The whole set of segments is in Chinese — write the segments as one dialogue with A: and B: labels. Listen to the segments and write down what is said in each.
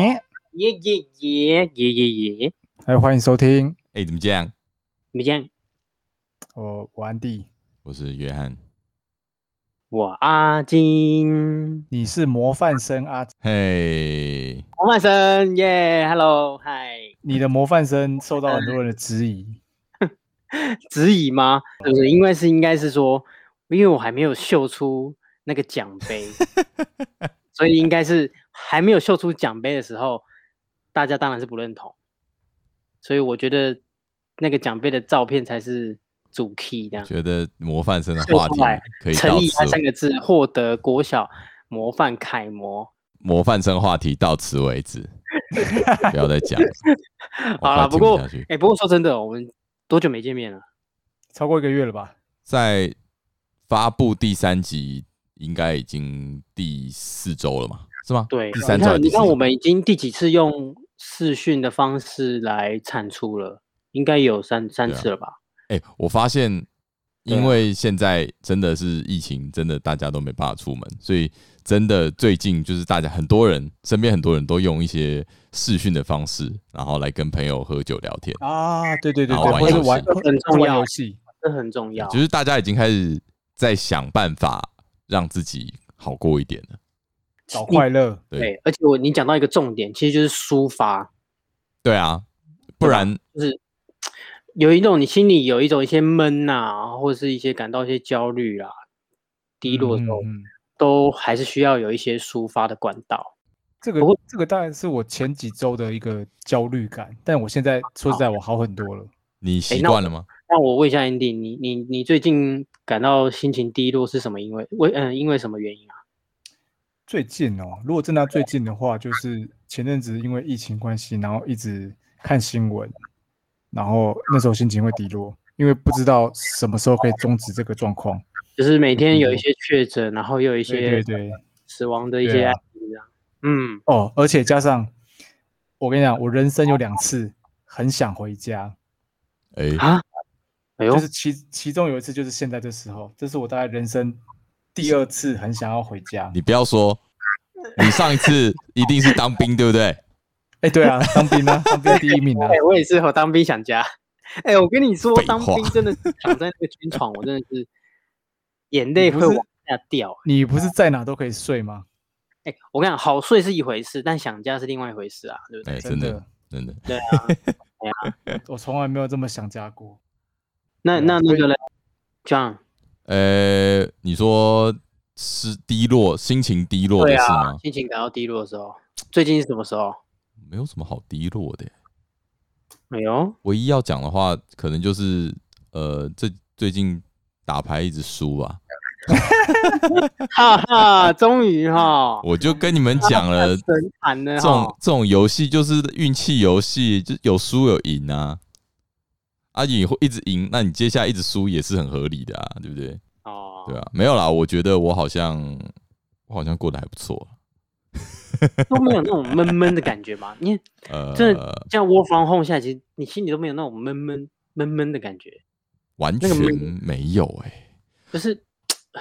A: 耶耶耶耶耶耶，
B: 哎，欢迎收听，
C: 哎，怎么这样？
A: 怎么样？
B: 哦我我安迪，
C: 我是约翰。
A: 我阿金，
B: 你是模范生啊，
C: 嘿，
A: 黄万生，耶，Hello，嗨，
B: 你的模范生受到很多人的质疑，
A: 质疑吗？对不对？因为是应该是说，因为我还没有秀出那个奖杯，所以应该是还没有秀出奖杯的时候，大家当然是不认同，所以我觉得那个奖杯的照片才是主 key 这样。
C: 觉得模范生的话题
A: 秀出来
C: 可以
A: 诚
C: 到
A: 意
C: 此
A: 它，三个字获得国小模范楷模。
C: 模范生话题到此为止，不要再讲了。我 快
A: 好了，
C: 听
A: 不过
C: 下去
A: 哎、不过说真的，我们多久没见面了？
B: 超过一个月了吧？
C: 在发布第三集，应该已经第四周了嘛？是吗？
A: 对，啊
C: 第三
A: 你
C: 周还是
A: 看，
C: 第
A: 你
C: 四周。
A: 看，我们已经第几次用视讯的方式来产出了，应该有三三
C: 对啊
A: 次了吧？
C: 哎、我发现，
A: 对
C: 因
A: 啊
C: 为现在真的是疫情，真的大家都没办法出门，所以真的最近就是大家很多人身边很多人都用一些视讯的方式，然后来跟朋友喝酒聊天，
B: 啊，对对对
C: 然
B: 对，
C: 后玩
B: 或是
C: 游戏
B: 玩或
A: 很重
B: 是玩
A: 要
B: 游戏，
A: 这很重要。
C: 就是大家已经开始在想办法让自己好过一点了。
B: 找
A: 你
B: 快乐，
A: 对，而且我你讲到一个重点，其实就是抒发，
C: 对啊，不然
A: 就是有一种你心里有一种一些闷呐、或者是一些感到一些焦虑啊、低落的时候，
B: 嗯嗯嗯
A: 都还是需要有一些抒发的管道。
B: 这个
A: 不过
B: 这个当然是我前几周的一个焦虑感，但我现在说实在，我好很多了。
C: 你习
A: 那我
C: 惯了吗？
A: 那我问一下 Andy，你你你最近感到心情低落是什么？因为为嗯、因为什么原因啊？
B: 最近哦，如果真的要最近的话，就是前阵子因为疫情关系，然后一直看新闻，然后那时候心情会低落，因为不知道什么时候可以终止这个状况。
A: 就是每天有一些确诊，然后又有一
B: 嗯对对
A: 些
B: 对，
A: 死亡的一
B: 对
A: 些
B: 啊
A: 案例这样。嗯，
B: 哦，而且加上我跟你讲，我人生有两次很想回家，
C: 哎、
A: 啊，哎
B: 嗯
A: 呦
B: 就，是其其中有一次就是现在这时候，这是我大概人生第二次很想要回家。
C: 你不要说，你上一次一定是当兵，对不 对？
B: 哎，对啊，当兵啊，当兵第一名 啊
A: 哎、，我也是，我当兵想家。哎、我跟你说
C: 废，
A: 当
C: 话
A: 兵真的是躺在那个军床，我真的 是眼泪
B: 不
A: 会
B: 是
A: 往下掉。
B: 你
C: 哎
B: 不是在哪都可以睡吗？
A: 哎、我跟你讲，好睡是一回事，但想家是另外一回事啊，对不
C: 哎、
A: 对？
C: 真的，真的，
A: 对 啊。
B: 我从来没有这么想家过。对
A: 那
B: 啊
A: 那
B: 所
A: 那
B: 以
A: 个嘞，John，
C: 呃、你说是低落，心情低落的
A: 对啊
C: 是吗？
A: 心情感到低落的时候，最近是什么时候？
C: 没有什么好低落的耶。
A: 哎呦，
C: 唯一要讲的话，可能就是呃，这最近打牌一直输 啊，
A: 哈哈，终于哈，
C: 我就跟你们讲 了，
A: 神惨了
C: 这
A: 哈
C: 种，这种游戏就是运气游戏，就有输有赢啊。啊，你会一直赢，那你接下来一直输也是很合理的啊，对不对？
A: 哦，
C: 对啊，没有啦，我觉得我好像我好像过得还不错，
A: 都没有那种闷闷的感觉嘛。你
C: 呃，
A: 真的像 work from home 下来，其实你心里都没有那种闷闷闷闷的感觉，
C: 完
A: 那
C: 全
A: 个没
C: 没有哎、
A: 就是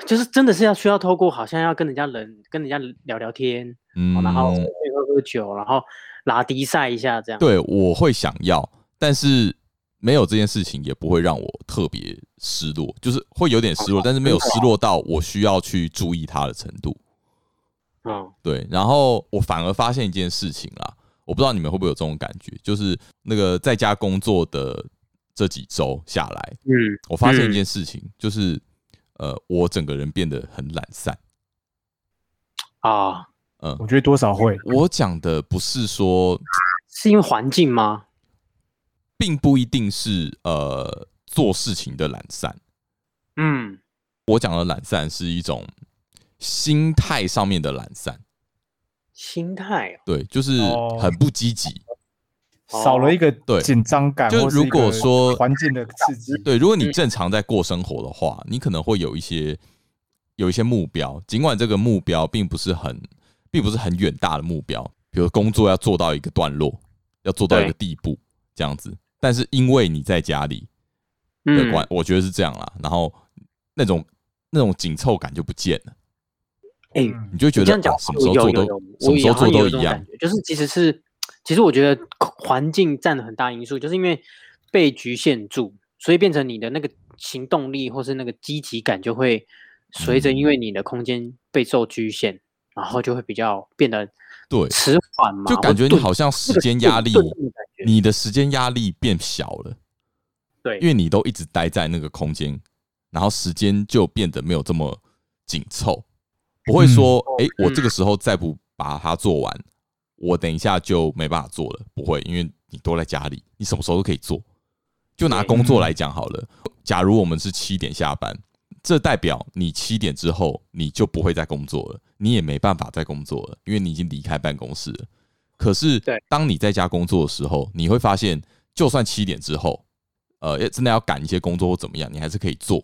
A: 就是真的是要需要透过好像要跟人家人跟人家聊聊天，
C: 嗯，
A: 然后顺便喝喝酒，然后拉低赛一下这样。
C: 对，我会想要，但是没有这件事情也不会让我特别失落，就是会有点失落，但是没有失落到我需要去注意它的程度。
A: 嗯，
C: 对，然后我反而发现一件事情啦，我不知道你们会不会有这种感觉，就是那个在家工作的这几周下来，
A: 嗯
C: 我发现一件事情，就是呃，我整个人变得很懒散。
A: 啊，
C: 嗯
B: 我，觉得多少会，
C: 我讲的不是说
A: 是因为环境吗？
C: 并不一定是呃做事情的懒散，
A: 嗯，
C: 我讲的懒散是一种心态上面的懒散，
A: 心态哦
C: 对，就是
B: 哦
C: 很不积极。
B: 少了一个
C: 哦对
B: 紧张感，
C: 就
B: 或是
C: 如
B: 一
C: 果
B: 个
C: 说
B: 环境的刺激，
C: 对，如果你正常在过生活的话，你可能会有一些有一些目标，尽管这个目标并不是很并不是很远大的目标，比如工作要做到一个段落，要做到一个地步这样子。但是因为你在家里的
A: 嗯，
C: 关，我觉得是这样啦，然后那种那种紧凑感就不见了，
A: 哎，
B: 嗯
C: 你就会觉
A: 你这
C: 得
A: 样讲
C: 哦什么时候
A: 有
C: 做
A: 有
C: 都
A: 有，
C: 什
A: 我
C: 么时候
A: 有好
C: 做
A: 像
C: 都
A: 有这
C: 一
A: 种
C: 样
A: 感，觉，就是其实是其实我觉得环境占了很大因素，就是因为被局限住，所以变成你的那个行动力或是那个积极感就会随着
C: 嗯
A: 因为你的空间备受局限，然后就会比较变得
C: 对，
A: 迟缓嘛，
C: 就感觉你好像
A: 像
C: 时间压力，
A: 你
C: 你的时间压力变小了，
A: 对，
C: 因为你都一直待在那个空间，然后时间就变得没有这么紧凑，不会说，
A: 哦
C: 诶，我
A: 嗯
C: 这个时候再不把它做完，我等一下就没办法做了，不会，因为你都在家里，你什么时候都可以做。就拿
A: 对
C: 工作来讲好了，假如我们是七点下班，这代表你七点之后你就不会再工作了，你也没办法再工作了，因为你已经离开办公室了。可是
A: 对，
C: 当你在家工作的时候，你会发现，就算七点之后，呃，要真的要赶一些工作或怎么样，你还是可以做。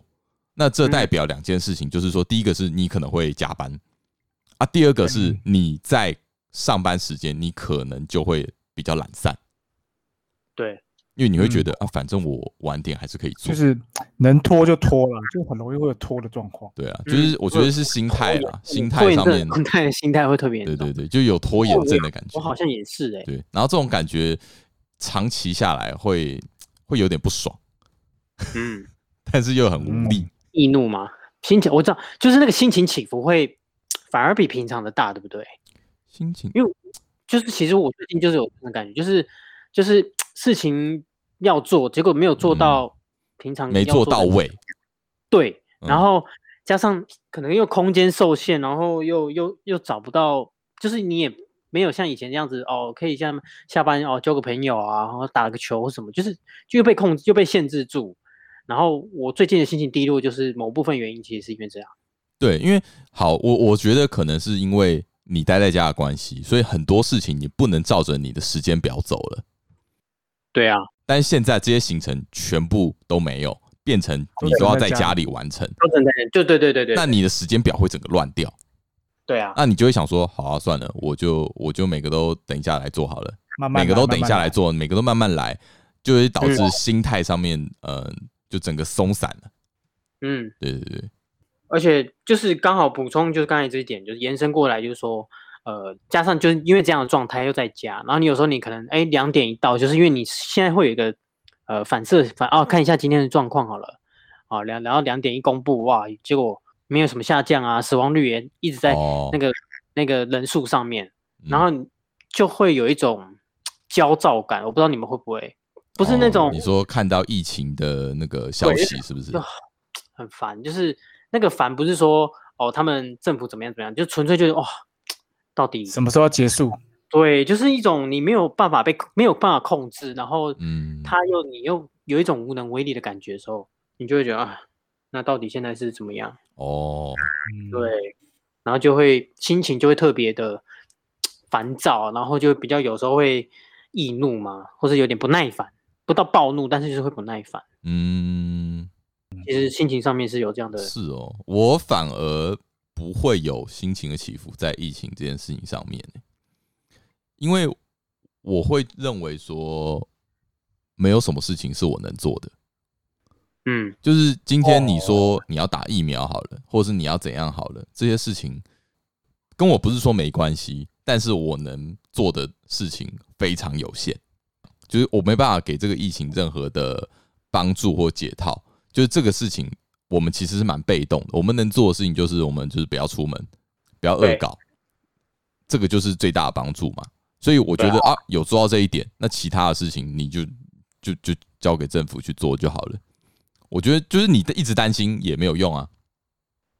C: 那这
A: 嗯
C: 代表两件事情，就是说，第一个是你可能会加班啊，第二个是
B: 嗯
C: 你在上班时间，你可能就会比较懒散，
A: 对嗯
C: 因为你会觉得、啊，反正我晚点还是可以做。
B: 就是能拖就拖了，就很容易会有拖的状况。
C: 对啊，就
A: 嗯
C: 是我觉得是心态啦，心态上面，
A: 心态心态会特别严
C: 对
A: 重。
C: 对对，就有拖延症的感觉
A: 我。好像也是哎、
C: 对，然后这种感觉长期下来会会有点不爽，
A: 嗯，
C: 但是又很无力。
A: 易怒嘛，心情我知道，就是那个心情起伏会反而比平常的大，对不对？
C: 心情
A: 就是其实我最近就是有这种感觉，就是就是事情要做，结果没有做
C: 嗯
A: 到平常
C: 没
A: 要做
C: 做到
A: 的
C: 位，
A: 对，然
C: 嗯
A: 后加上可能又空间受限，然后又又又找不到，就是你也没有像以前这样子哦，可以像下班哦交个朋友啊，然后打个球或什么，就是就又被控制又被限制住。然后我最近的心情低落，就是某部分原因其实是因为这样。
C: 对，因为好，我我觉得可能是因为你待在家的关系，所以很多事情你不能照着你的时间表走了。
A: 对啊，
C: 但是现在这些行程全部都没有，变成你都要在家里完成，
A: 都正在对对对对对，
C: 那你的时间表会整个乱掉。
A: 对啊，
C: 那你就会想说，好啊，算了，我就我就每个都等一下来做好了，
B: 慢慢
C: 每个
B: 来
C: 都等一下来，做，每个都慢慢来，就会导致
A: 嗯
C: 心态上面，呃，就整个松散了。
A: 嗯，
C: 对对对，
A: 而且就是刚好补充，就是刚才这一点，就是延伸过来，就是说，呃，加上就是因为这样的状态又在家，然后你有时候你可能哎两点一到，就是因为你现在会有一个呃反射反哦看一下今天的状况好了，啊两然后两点一公布哇，结果没有什么下降啊，死亡率也一直在
C: 哦
A: 那个、那个人数上面，
C: 嗯
A: 然后你就会有一种焦躁感，我不知道你们会不会，不是那
C: 哦
A: 种、
C: 你说看到疫情的那个消息是不是？
A: 很烦，就是那个烦不是说哦他们政府怎么样怎么样，就纯粹就是哇、到底
B: 什么时候要结束？
A: 对，就是一种你没有办法被没有办法控制，然后
C: 嗯，
A: 他又你又有一种无能为力的感觉的时候，你就会觉得啊，那到底现在是怎么样？
C: 哦，
B: 嗯，
A: 对，然后就会心情就会特别的烦躁，然后就比较有时候会易怒嘛，或者有点不耐烦，不到暴怒，但是就是会不耐烦。
C: 嗯，
A: 其实心情上面是有这样的，
C: 是哦，我反而不会有心情的起伏在疫情这件事情上面欸、因为我会认为说，没有什么事情是我能做的。
A: 嗯，
C: 就是今天你说你要打疫苗好了，或是你要怎样好了，这些事情跟我不是说没关系，但是我能做的事情非常有限，就是我没办法给这个疫情任何的帮助或解套。就是这个事情，我们其实是蛮被动的，我们能做的事情就是我们就是不要出门，不要恶
A: 对
C: 搞，这个就是最大的帮助嘛。所以我觉得啊，有做到这一点，那其他的事情你就就就交给政府去做就好了。我觉得就是你一直担心也没有用啊，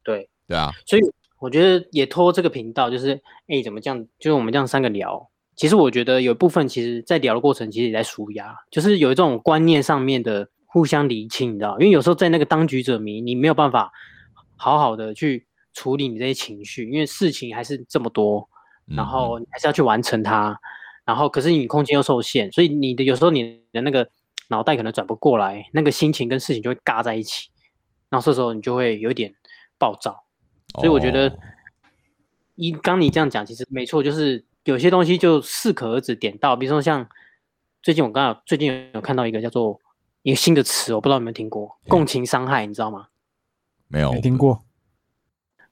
A: 对。
C: 对啊，
A: 所以我觉得也拖这个频道，就是哎、诶怎么这样？就是我们这样三个聊，其实我觉得有一部分其实在聊的过程，其实也在舒压，就是有一种观念上面的互相理清，你知道吗？因为有时候在那个当局者迷，你没有办法好好的去处理你这些情绪，因为事情还是这么多，
C: 嗯
A: 然后你还是要去完成它，然后可是你空间又受限，所以你的有时候你的那个脑袋可能转不过来，那个心情跟事情就会嘎在一起，然后这时候你就会有一点暴躁。所以我觉得
C: 哦
A: 一刚你这样讲，其实没错，就是有些东西就适可而止，点到，比如说像最近我刚好最近有有看到一个叫做一个新的词，我不知道你们有没有听过“共情伤害”，你知道吗？
C: 没有
B: 没听，过。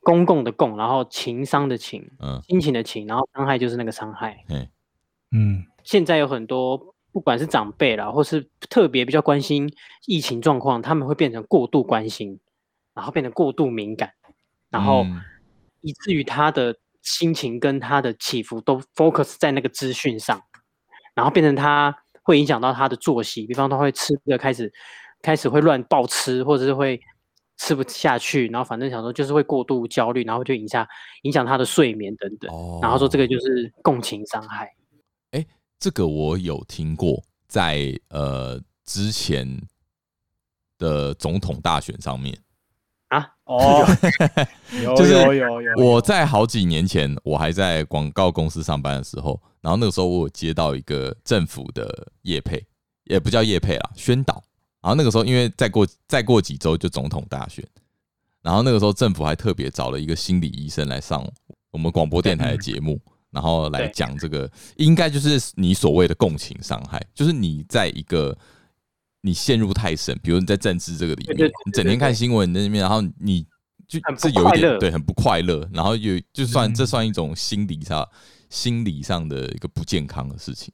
A: 公共的共，然后情商的情，
C: 嗯
A: 心情的情，然后伤害就是那个伤害。
C: 嘿
B: 嗯，
A: 现在有很多不管是长辈啦，或是特别比较关心疫情状况，他们会变成过度关心，然后变得过度敏感，然后
C: 嗯
A: 以至于他的心情跟他的起伏都 focus 在那个资讯上，然后变成他会影响到他的作息，比方他会吃的开始开始会乱暴吃，或者是会吃不下去，然后反正想说就是会过度焦虑，然后就影响影响他的睡眠等等。
C: 哦
A: 然后说这个就是共情伤害，
C: 这个我有听过，在呃之前的总统大选上面，
B: 哦， 有
C: 就是
B: 有有有，
C: 我在好几年前我还在广告公司上班的时候，然后那个时候我有接到一个政府的业配，也不叫业配啦，宣导。然后那个时候因为再过再过几周就总统大选，然后那个时候政府还特别找了一个心理医生来上我们广播电台的节目，然后来
A: 对
C: 讲这个，应该就是你所谓的共情伤害，就是你在一个你陷入太深，比如你在政治这个里
A: 对对
C: 面
A: 对，
C: 你整天
A: 对对
C: 看新闻你在那边，然后你就
A: 很不
C: 是有一
A: 快
C: 点
A: 乐
C: 对很不快乐，然后有就算
B: 嗯
C: 这算一种心理上心理上的一个不健康的事情，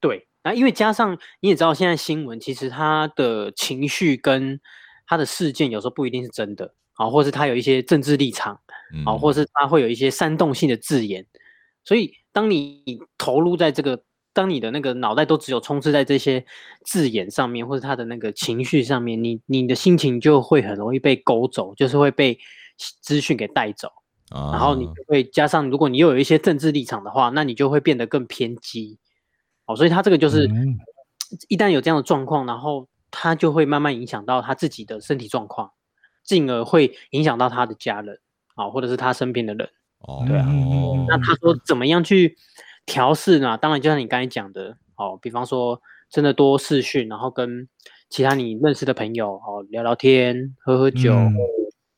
A: 对。然后因为加上你也知道，现在新闻其实他的情绪跟他的事件有时候不一定是真的啊，或是他有一些政治立场
C: 嗯，
A: 啊，或是他会有一些煽动性的字眼，所以当你投入在这个。当你的那个脑袋都只有充斥在这些字眼上面，或者他的那个情绪上面，你你的心情就会很容易被勾走，就是会被资讯给带走。
C: 啊
A: 然后你就会加上，如果你又有一些政治立场的话，那你就会变得更偏激。哦，所以他这个就是、
B: 嗯
A: 一旦有这样的状况，然后他就会慢慢影响到他自己的身体状况，进而会影响到他的家人啊、哦，或者是他身边的人。
C: 哦
B: 对啊
C: 哦
A: 那他说怎么样去调试呢？当然，就像你刚才讲的，哦，比方说真的多视讯，然后跟其他你认识的朋友哦聊聊天、喝喝酒、
B: 嗯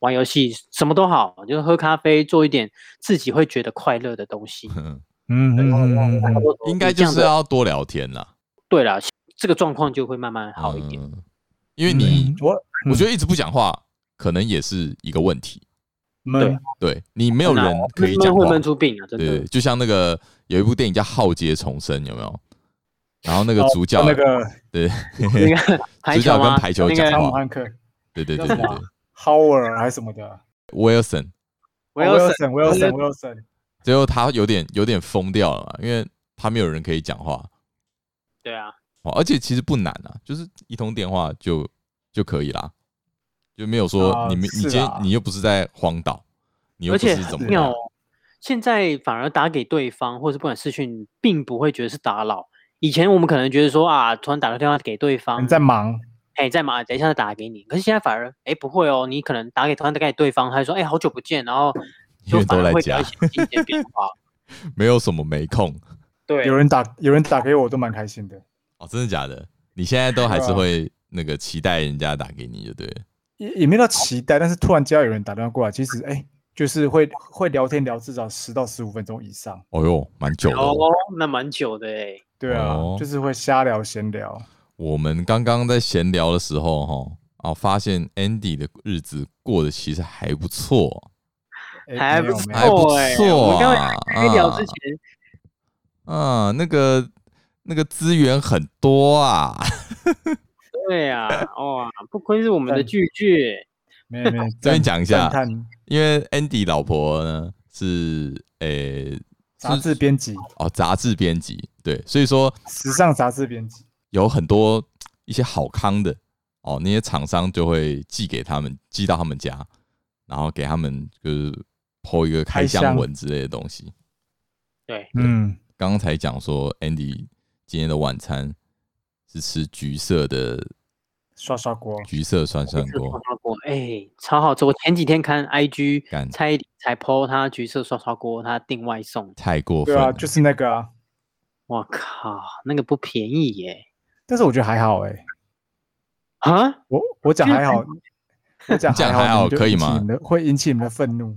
A: 玩游戏，什么都好，就是喝咖啡，做一点自己会觉得快乐的东西。
C: 哼
B: 嗯嗯嗯嗯嗯，
C: 应该
A: 这
C: 就
A: 样
C: 是啊
A: 的
C: 要多聊天啦，
A: 对了，这个状况就会慢慢好一点。
C: 嗯，因为你
B: 嗯我
C: 我觉
B: 得
C: 得一直不讲话可能也是一个问题，
B: 闷
C: 对你没有人
A: 那
C: 可以
A: 啊闷
C: 讲
A: 会
C: 话，
A: 闷出病啊，真
C: 对，
A: 的。
C: 就像那个有一部电影叫《浩劫重生》，有没有？然后那个
B: 哦
C: 主角，
B: 那个
C: 对
A: 那个排
C: 主角
A: 球
C: 跟
A: 吗？
C: 排球
A: 那
C: 讲
A: 个
B: 汤姆
C: 话
B: 汉克
C: 对对对
B: 叫
C: 对
B: 什
C: 对
B: 么 Howard 还是什么的
C: ，Wilson，
A: 我要
B: Wilson Wilson Wilson，
C: 最后他有点有点疯掉了嘛，因为他没有人可以讲话，
A: 对啊，
C: 哦，而且其实不难啊，就是一通电话就就可以啦，就没有说
B: 啊
C: 你没、你
B: 是
C: 今天
B: 啊
C: 你又不是在荒岛，你又
A: 而
C: 不
A: 且
C: 是
A: 很
C: 怎么
A: 妙
C: 样
A: 哦，，现在反而打给对方或是不管视讯，并不会觉得是打扰。以前我们可能觉得说啊，突然打个电话给对方
B: 你，在忙，
A: 哎，在忙，等一下再打给你。可是现在反而哎不会哦，你可能打给突然打给对方，他就说哎好久不见，然后
C: 因
A: 就
C: 为都
A: 反而
C: 在
A: 会
C: 家
A: 聊一些新鲜变 化。
C: 没有什么没空
A: 对，
B: 有人打有人打给我，我都蛮开心的。
C: 哦，真的假的？你现在都还是
B: 对啊
C: 会那个期待人家打给你就对了，
B: 也也没有到期待，但是突然接到有人打电话过来，其实哎、就是会会聊天聊至少十到十五分钟以上。
C: 哦哟，蛮久的哦、
A: 哦，那蛮久的哎。
B: 对啊，
C: 哦
B: 就是会瞎聊闲聊。
C: 我们刚刚在闲聊的时候，哈，哦，发现 Andy 的日子过得其实还不错，
B: 哎
A: 还
B: 没
A: 不
B: 有
A: 错
B: 没
C: 还
B: 有，
C: 不
A: 错欸
C: 错
A: 我刚
C: 啊
A: 才！开聊之前，
C: 啊，啊那个那个资源很多啊，
A: 对啊，哇，不愧是我们的
B: 赞
A: 巨巨，
B: 没有没有。
C: 这边讲一下
B: 赞叹
C: 因为 Andy 老婆呢是诶、
B: 杂志编辑，
C: 哦杂志编辑，对，所以说
B: 时尚杂志编辑，
C: 有很多一些好康的哦，那些厂商就会寄给他们，寄到他们家，然后给他们就是剖一个开
B: 开
C: 箱
B: 箱
C: 文之类的东西。
A: 对，
B: 嗯，
C: 刚才讲说 Andy 今天的晚餐是吃橘色的
B: 刷刷锅，
C: 橘色涮涮
A: 橘色
C: 锅
A: 刷，刷锅，哎、超好吃！我前几天看 IG
C: 干
A: 蔡依林才 PO 她橘色刷刷锅，她订外送，
C: 太过分
B: 对
C: 了。
B: 啊，就是那个啊。
A: 我靠，那个不便宜耶！
B: 但是我觉得还好哎、
A: 啊，
B: 我我讲还好，我讲
C: 讲还
B: 还
C: 好
B: 你就
C: 可以
B: 引起
C: 吗
B: 你们的会引起你们的愤怒，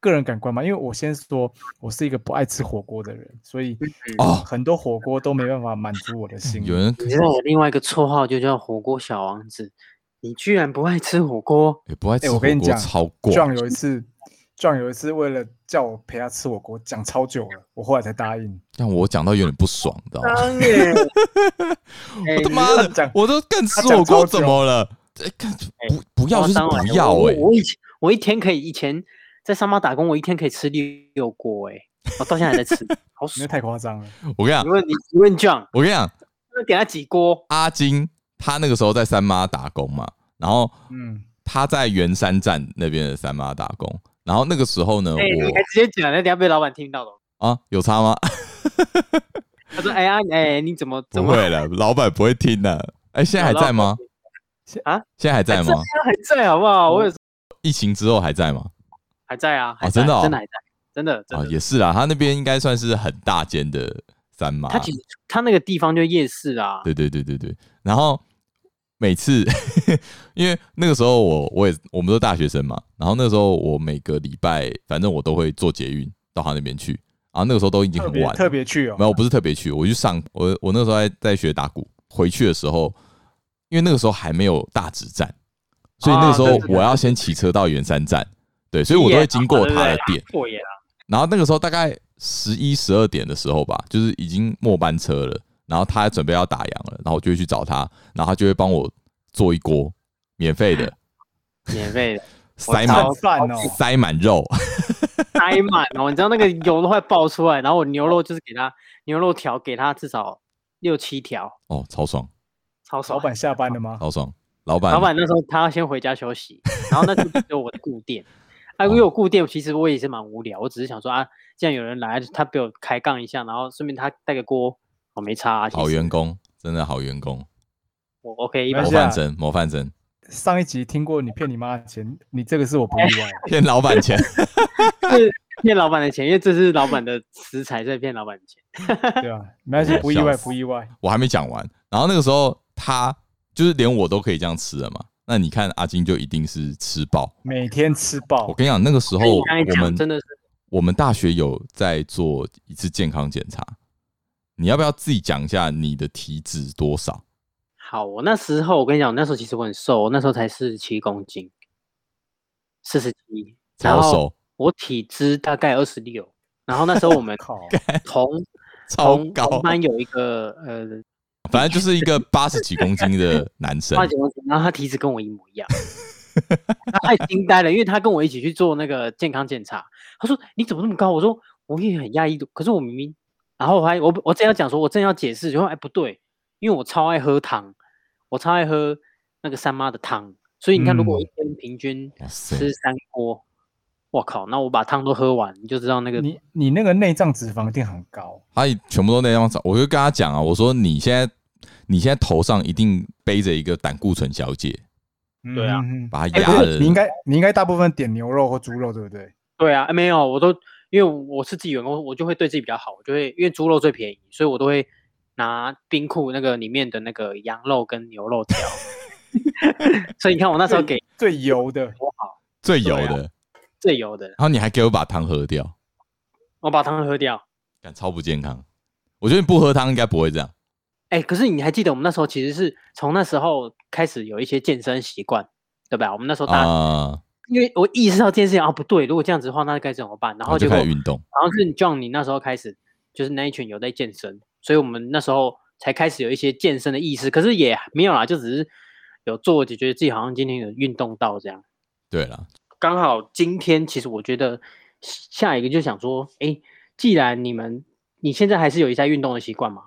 B: 个人感官嘛。因为我先说，我是一个不爱吃火锅的人，所以
C: 哦，
B: 很多火锅都没办法满足我的心。
C: 有人
A: 嗯你知道我另外一个绰号就叫火锅小王子，你居然不爱吃火锅？
C: 也、不爱
B: 哎、
C: 吃火
B: 我跟你
C: 锅，
B: 讲
C: 超过
B: John 有一次 John 有一次为了叫我陪他吃火锅，讲超久了，我后来才 答应。
C: 让我讲到有点不爽，你知道吗？
A: 当然，哎
C: 我他
A: 你
C: 妈
B: 这样
C: 的
B: 讲，
C: 我都干吃
B: 他讲
C: 火锅
B: 超
C: 怎
B: 久
C: 么了？哎，干不不要
A: 哦
C: 就是
A: 当然
C: 不要
A: 我
C: 哎、
A: 我以前我一天可以，以前在上班打工，我一天可以吃六六锅哎、我到现在还在吃， 好
B: 因为
A: 爽。
B: 太夸张了，
C: 我跟你讲
A: 你，问你你问 John，
C: 我跟你讲，
A: 那给他 几锅？
C: 阿金他那个时候在三妈打工嘛，然后
B: 嗯，
C: 他在圆山站那边的三妈打工，然后那个时候呢，
A: 哎、你还
C: 我
A: 直接讲，那等下被老板听到了。
C: 啊有差吗？
A: 他说：“哎呀，哎，你怎么怎
C: 不
A: 么
C: 会了，老板不会听的。哎、现在还在吗？
A: 啊？
C: 现在还在吗？
A: 他还在好不好？我有时候
C: 疫情之后还在吗？
A: 还在啊，还
C: 真的哦
A: 在真的还在，真的真
C: 啊，
A: 的。
C: 也是啦，他那边应该算是很大间的三妈。
A: 他其实他那个地方就夜市啊，
C: 对对对对对。然后每次， 因为那个时候我我也我们都是大学生嘛，然后那个时候我每个礼拜反正我都会坐捷运到他那边去，然后那个时候都已经
B: 特
C: 很
B: 别
C: 晚，
B: 特别去哦
C: 没，有，我不是特别去，我去上我我那时候在在学打鼓，回去的时候，因为那个时候还没有大直站，所以那个时
A: 啊
C: 候
A: 对对对
C: 我要先骑车到圆山站，对，所以我都会经过他的店。
A: 破也啊，
C: 然后那个时候大概十一十二点的时候吧，就是已经末班车了，然后他准备要打烊了，然后我就会去找他，然后他就会帮我做一锅免费 的，
A: 免费的
C: 塞满
B: 好赞哦，
C: 塞满肉，
A: 塞满哦，你知道那个油都快爆出来，然后我牛肉就是给他牛肉条给他至少六七条，
C: 哦，超爽
A: 超 爽。
B: 老板下班了吗？
C: 超爽，老板
A: 老板那时候他要先回家休息，然后那时候只有我的固店。啊，因为我固店其实我也是蛮无聊，我只是想说啊，既然有人来，他被我开杠一下，然后顺便他带个锅，我、没差、啊。其
C: 好
A: 实
C: 员工，真的好员工，
A: 我 OK，一
B: 没关
A: 般
C: 模
B: 系啊
C: 范生模范生，
B: 上一集听过你骗你妈的钱，你这个是我不意 外。
C: 骗老板 钱。
A: 是骗老板的钱，因为这是老板的食材，所以骗老板的钱。
B: 对啊，没关系，不意
C: 笑
B: 外，
C: 死
B: 不意外。
C: 我还没讲完。然后那个时候他就是连我都可以这样吃了嘛，那你看阿金就一定是吃爆。
B: 每天吃
C: 我
B: 爆，
C: 跟你讲，那个时候
A: 所以你刚才
C: 我
A: 讲
C: 们
A: 真的是
C: 我们大学有在做一次健康检查，你要不要自己讲一下你的体脂多少？
A: 好。我那时候我跟你讲，我那时候其实我很瘦，哦我那时候才四十七公斤，四十七，然
C: 超
A: 后
C: 瘦，
A: 我体脂大概二十六。然后那时候 我们
B: 靠，
A: 同
C: 超
A: 同
C: 高，
A: 同班有一个呃
C: 反正就是一个八十几公斤的男生
A: 化。解问题，然后他体脂跟我一模一样， 他太惊呆了，因为他跟我一起去做那个健康检查，他说你怎么那么高？我说我也很讶异的，可是我明明，然后我还我我正要讲说，我正要解释，然后哎不对，因为我超爱喝汤，我超爱喝那个三妈的汤，所以你看，如果我一天平均
C: 哇塞，
A: 吃三锅，我靠，那我把汤都喝完，你就知道那个
B: 你你那个内脏脂肪一定很高，
C: 他全部都那样找，我就跟他讲啊，我说你现在你现在头上一定背着一个胆固醇小姐，
A: 对啊
B: 嗯，
C: 把他
B: 哎
C: 压
B: 不
C: 了
B: 是。你应该你应该大部分点牛肉或猪肉，对不对？
A: 对啊，没有，我都因为我是自己员工，我就会对自己比较好，我就会因为猪肉最便宜，所以我都会拿冰库那个里面的那个羊肉跟牛肉条。 所以你看，我那时候给
B: 最油的，
A: 多好，
C: 最油
A: 对啊
C: 的，
A: 最油的，
C: 然后你还给我把汤喝掉，
A: 我把汤喝掉。
C: 感超不健康。我觉得你不喝汤应该不会这样。
A: 哎，可是你还记得我们那时候其实是从那时候开始有一些健身习惯，对吧？我们那时候大家、
C: 啊，
A: 因为我意识到这件事情啊，不对，如果这样子的话，那该怎么办？然
C: 然
A: 后
C: 后
A: 结
C: 哦就
A: 果
C: 开始运动，
A: 然后是 John，你那时候开始就是那一群有在健身，所以我们那时候才开始有一些健身的意识，可是也没有啦，就只是有做，就觉得自己好像今天有运动到这样。
C: 对了，
A: 刚好今天其实我觉得下一个就想说，哎，既然你们你现在还是有一下运动的习惯嘛，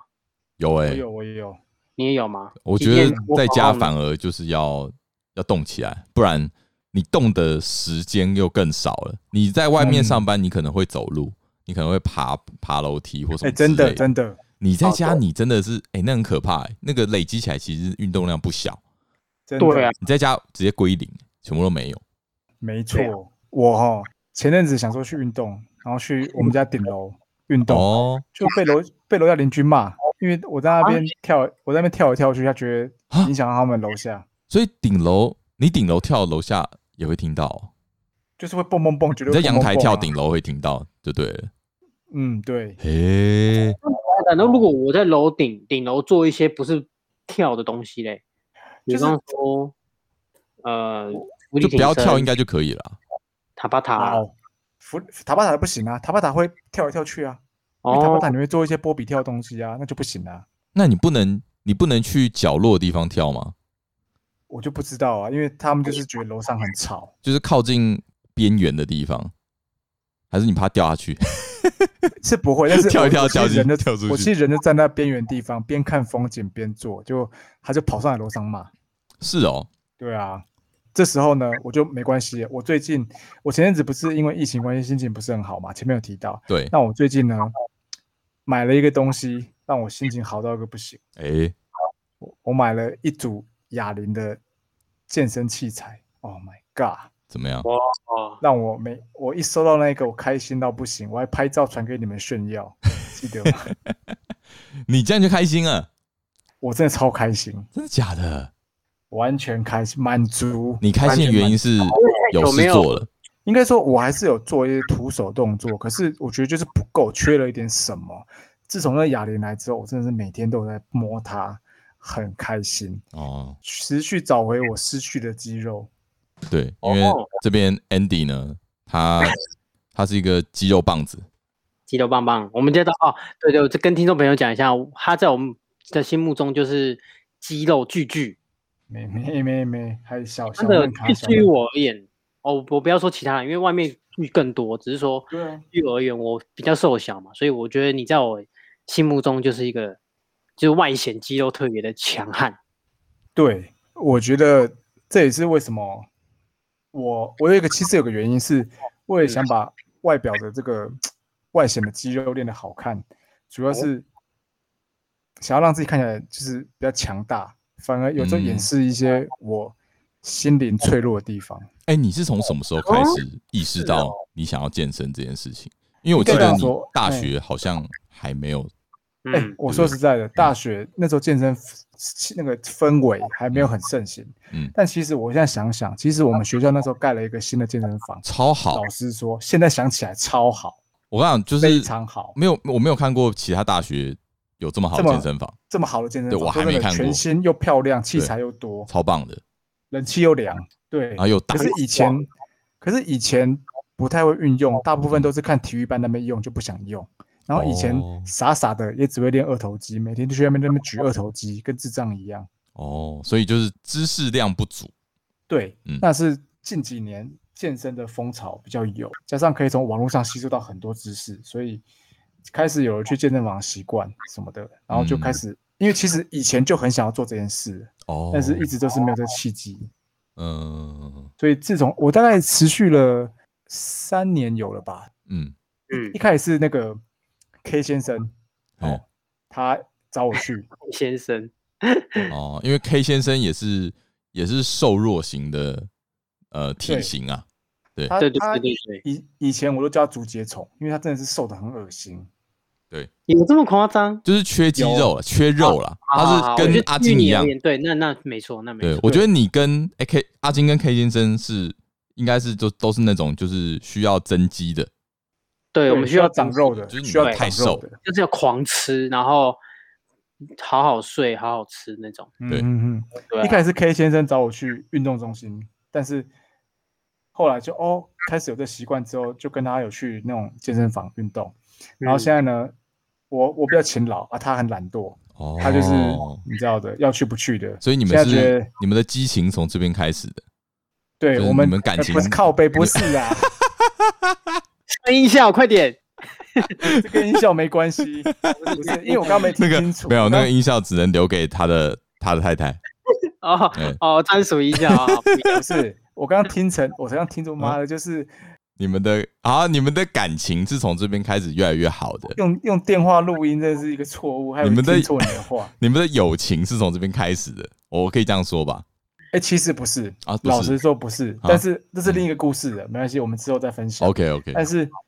C: 有
B: 我
C: 哎、
B: 有我也有，
A: 你也有吗？
C: 我
A: 即
C: 觉
A: 便
C: 得
A: 我
C: 在
A: 好
C: 家
A: 好呢
C: 反而就是要要动起来，不然你动的时间又更少了。你在外面
B: 嗯
C: 上班，你可能会走路，你可能会爬爬楼梯或什
B: 哎，
C: 么，
B: 真的真
C: 的。
B: 的，
C: 你在家，
A: 哦
C: 你真的是哎、那很可怕、欸，那个累积起来其实运动量不小。
B: 真的
A: 对啊，，
C: 你在家直接归零，全部都没有。
B: 没
A: 对啊
B: 错，我哈前阵子想说去运动，然后去我们家顶楼运
C: 嗯
B: 动，
C: 哦，
B: 就被楼被楼下邻居骂，
A: 哦
B: 因为我在那边
A: 啊
B: 跳，我在那边跳来跳去，他觉得
C: 啊
B: 影响到他们楼下，
C: 所以顶楼你顶楼跳，楼下也会听到哦、
B: 就是会蹦蹦蹦，绝
C: 你在
B: 对会
C: 阳
B: 蹦蹦
C: 台
B: 蹦
C: 跳
B: 啊，
C: 顶楼会听到，就对了。
B: 嗯，对，
C: 嘿，
A: 那如果我在楼顶顶楼做一些不是跳的东西嘞，比
B: 就是
A: 方说，呃，
C: 就不要跳应该就可以了。
A: 塔巴塔
B: 哇
A: 啊，
B: 哦，福塔巴塔不行啊，塔巴塔会跳来跳去啊，因为塔巴
A: 哦
B: 塔你会做一些波比跳的东西啊，那就不行啊。
C: 那你不能你不能去角落的地方跳吗？
B: 我就不知道啊，因为他们就是觉得楼上很吵，
C: 就是靠近边缘的地方，还是你怕掉下去？
B: 是不会，但是
C: 跳一
B: 我
C: 跳
B: 我其
C: 跳
B: 实
C: 进
B: 人的
C: 跳出去
B: 我其实人就站在边缘地方，边看风景边做，就他就跑上来楼上骂。
C: 是哦，
B: 对啊，这时候呢，我就没关系。我最近，我前阵子不是因为疫情关系心情不是很好嘛，前面有提到。
C: 对，
B: 那我最近呢，买了一个东西，让我心情好到一个不行。
C: 哎、
B: 我我买了一组哑铃的健身器材。Oh my god！
C: 怎么样？
A: 哦，
B: 让我没我一收到那个，我开心到不行，我还拍照传给你们炫耀，记得吗？
C: 你这样就开心了？
B: 我真的超开心，
C: 真的假的？
B: 完全开心，满足。
C: 你开心的原因是有事做了，
B: 应该说，我还是有做一些徒手动作，可是我觉得就是不够，缺了一点什么。自从那哑铃来之后，我真的是每天都有在摸它，很开心，
C: 哦？
B: 持续找回我失去的肌肉。
C: 对，因为
A: 哦
C: 这边 Andy 呢，他他是一个肌肉棒子，
A: 肌肉棒棒，我们接到哦，对对，我这跟听众朋友讲一下，他在我们的心目中就是肌肉巨巨，
B: 没没没没，还有小小
A: 真的
B: 嫩咖，小
A: 对于
B: 嫩
A: 我而言，哦，我不要说其他人，因为外面巨更多，只是说
B: 对啊
A: 对我而言，我比较瘦小嘛，所以我觉得你在我心目中就是一个就是外显肌肉特别的强悍。
B: 对，我觉得这也是为什么我我有一个其实有个原因是，我
C: 嗯
B: 也想把外表的这个外显的肌肉练得好看，主要
C: 哦
B: 是想要让自己看起来就是比较强大，反而有时候掩
C: 嗯
B: 饰一些我心灵脆弱的地方。
C: 哎、你是从什么时候开始意识到你想要健身这件事情？因为我记
B: 应该这
C: 得
B: 样
C: 你
B: 说
C: 大学好像还没有，
B: 哎、
A: 嗯，
B: 我说实在的，大学那时候健身那个氛围还没有很盛行，
C: 嗯
B: 但其实我现在想想，其实我们学校那时候盖了一个新的健身房，
C: 超好
B: 老。师说现在想起来超好，
C: 我跟你讲，就是
B: 非常好。
C: 没有，我没有看过其他大学有这么好的
B: 这么
C: 健身房，
B: 这么好的健身
C: 对
B: 房，
C: 我还
B: 说真
C: 没
B: 的
C: 看过
B: 全新又漂亮，器
C: 对啊
B: 材又多，
C: 超棒的，
B: 人气又凉。对
C: 然，后又大
B: 可。是以前，可是以前不太会运
C: 嗯
B: 用，大部分都是看体育班那边用就不想用。然后以前
C: 哦
B: 傻傻的也只会练二头肌，每天就去那边那边举二头肌，跟智障一样。
C: 哦，所以就是知识量不足，
B: 对，
C: 嗯
B: 那是近几年健身的风潮比较有，加上可以从网络上吸收到很多知识，所以开始有了去健身房的习惯什么的，然后就开
C: 嗯
B: 始，因为其实以前就很想要做这件事，
C: 哦，
B: 但是一直都是没有这个契机。
C: 嗯
B: 所以自从我大概持续了三年有了吧，
C: 嗯
A: 嗯
B: 一，开始是那个 K 先生，
C: 哦
B: 哦，他找我 去，
A: 先生，
C: 哦，因为 K 先生也是也是瘦弱型的呃体型啊，
B: 他
A: 对对
B: 他
A: 对对对，
B: 以以前我都叫他竹节虫，因为他真的是瘦的很恶心。
A: 有这么夸张？
C: 就是缺肌肉了，啊缺肉了，
A: 好好
B: 啊
C: 他
A: 好
C: 是
A: 我觉
C: 跟
A: 得
C: 阿
A: 对
C: 金
A: 你
C: 一
A: 而
C: 样。
A: 言对，那那没错，那没
C: 对
A: 错，。
C: 我觉得你跟 A K 阿金跟 K 先生是应该是就都是那种就是需要增肌的，
A: 对，我们需要
B: 长
A: 增
B: 肉的，
C: 就是你
B: 需要
C: 不要
B: 长
C: 太
B: 肉
C: 瘦
B: 的。
A: 就是要狂吃，然后好好睡，好好吃那种。
B: 嗯
C: 对
B: 嗯嗯
A: 对啊
B: 一开始是 K 先生找我去运动中心，但是后来就哦开始有这习惯之后，就跟他有去那种健身房运动。然后
A: 嗯
B: 现在呢，我我比较勤劳啊，他很懒惰，
C: 哦，
B: 他就是你知道的，要去不去的。
C: 所以你
B: 现
C: 们
B: 在觉
C: 是
B: 得
C: 你们的激情从这边开始的，
B: 对
C: 就是
B: 我们
C: 你们感
B: 呃
C: 情
B: 不是靠背，不是 啊，
A: 声音效，快点！
B: 这跟音效没关系，不是，因为我刚刚没
C: 那
B: 听
C: 个
B: 清楚，
C: 没有
B: 我
C: 那
B: 刚
C: 个音效只能留给他的他的太太。
A: 哦
C: 哎
A: 哦，专属音 效啊，好不一样
B: 不是，我刚刚听成，我刚刚听
C: 嗯
B: 成妈的，就是
C: 你们的啊，你们的感情是从这边开始越来越好的，
B: 用用电话录音，这是一个错误，还有
C: 你们在
B: 听错你的话，
C: 你们的友情是从这边开始的，我可以这样说吧？
B: 哎，其实不是
C: 啊不是
B: 老实说不是，
C: 啊
B: 但是这是另一个故事了，没关系，我们之后再分享。
C: OK OK，
B: 但是啊呃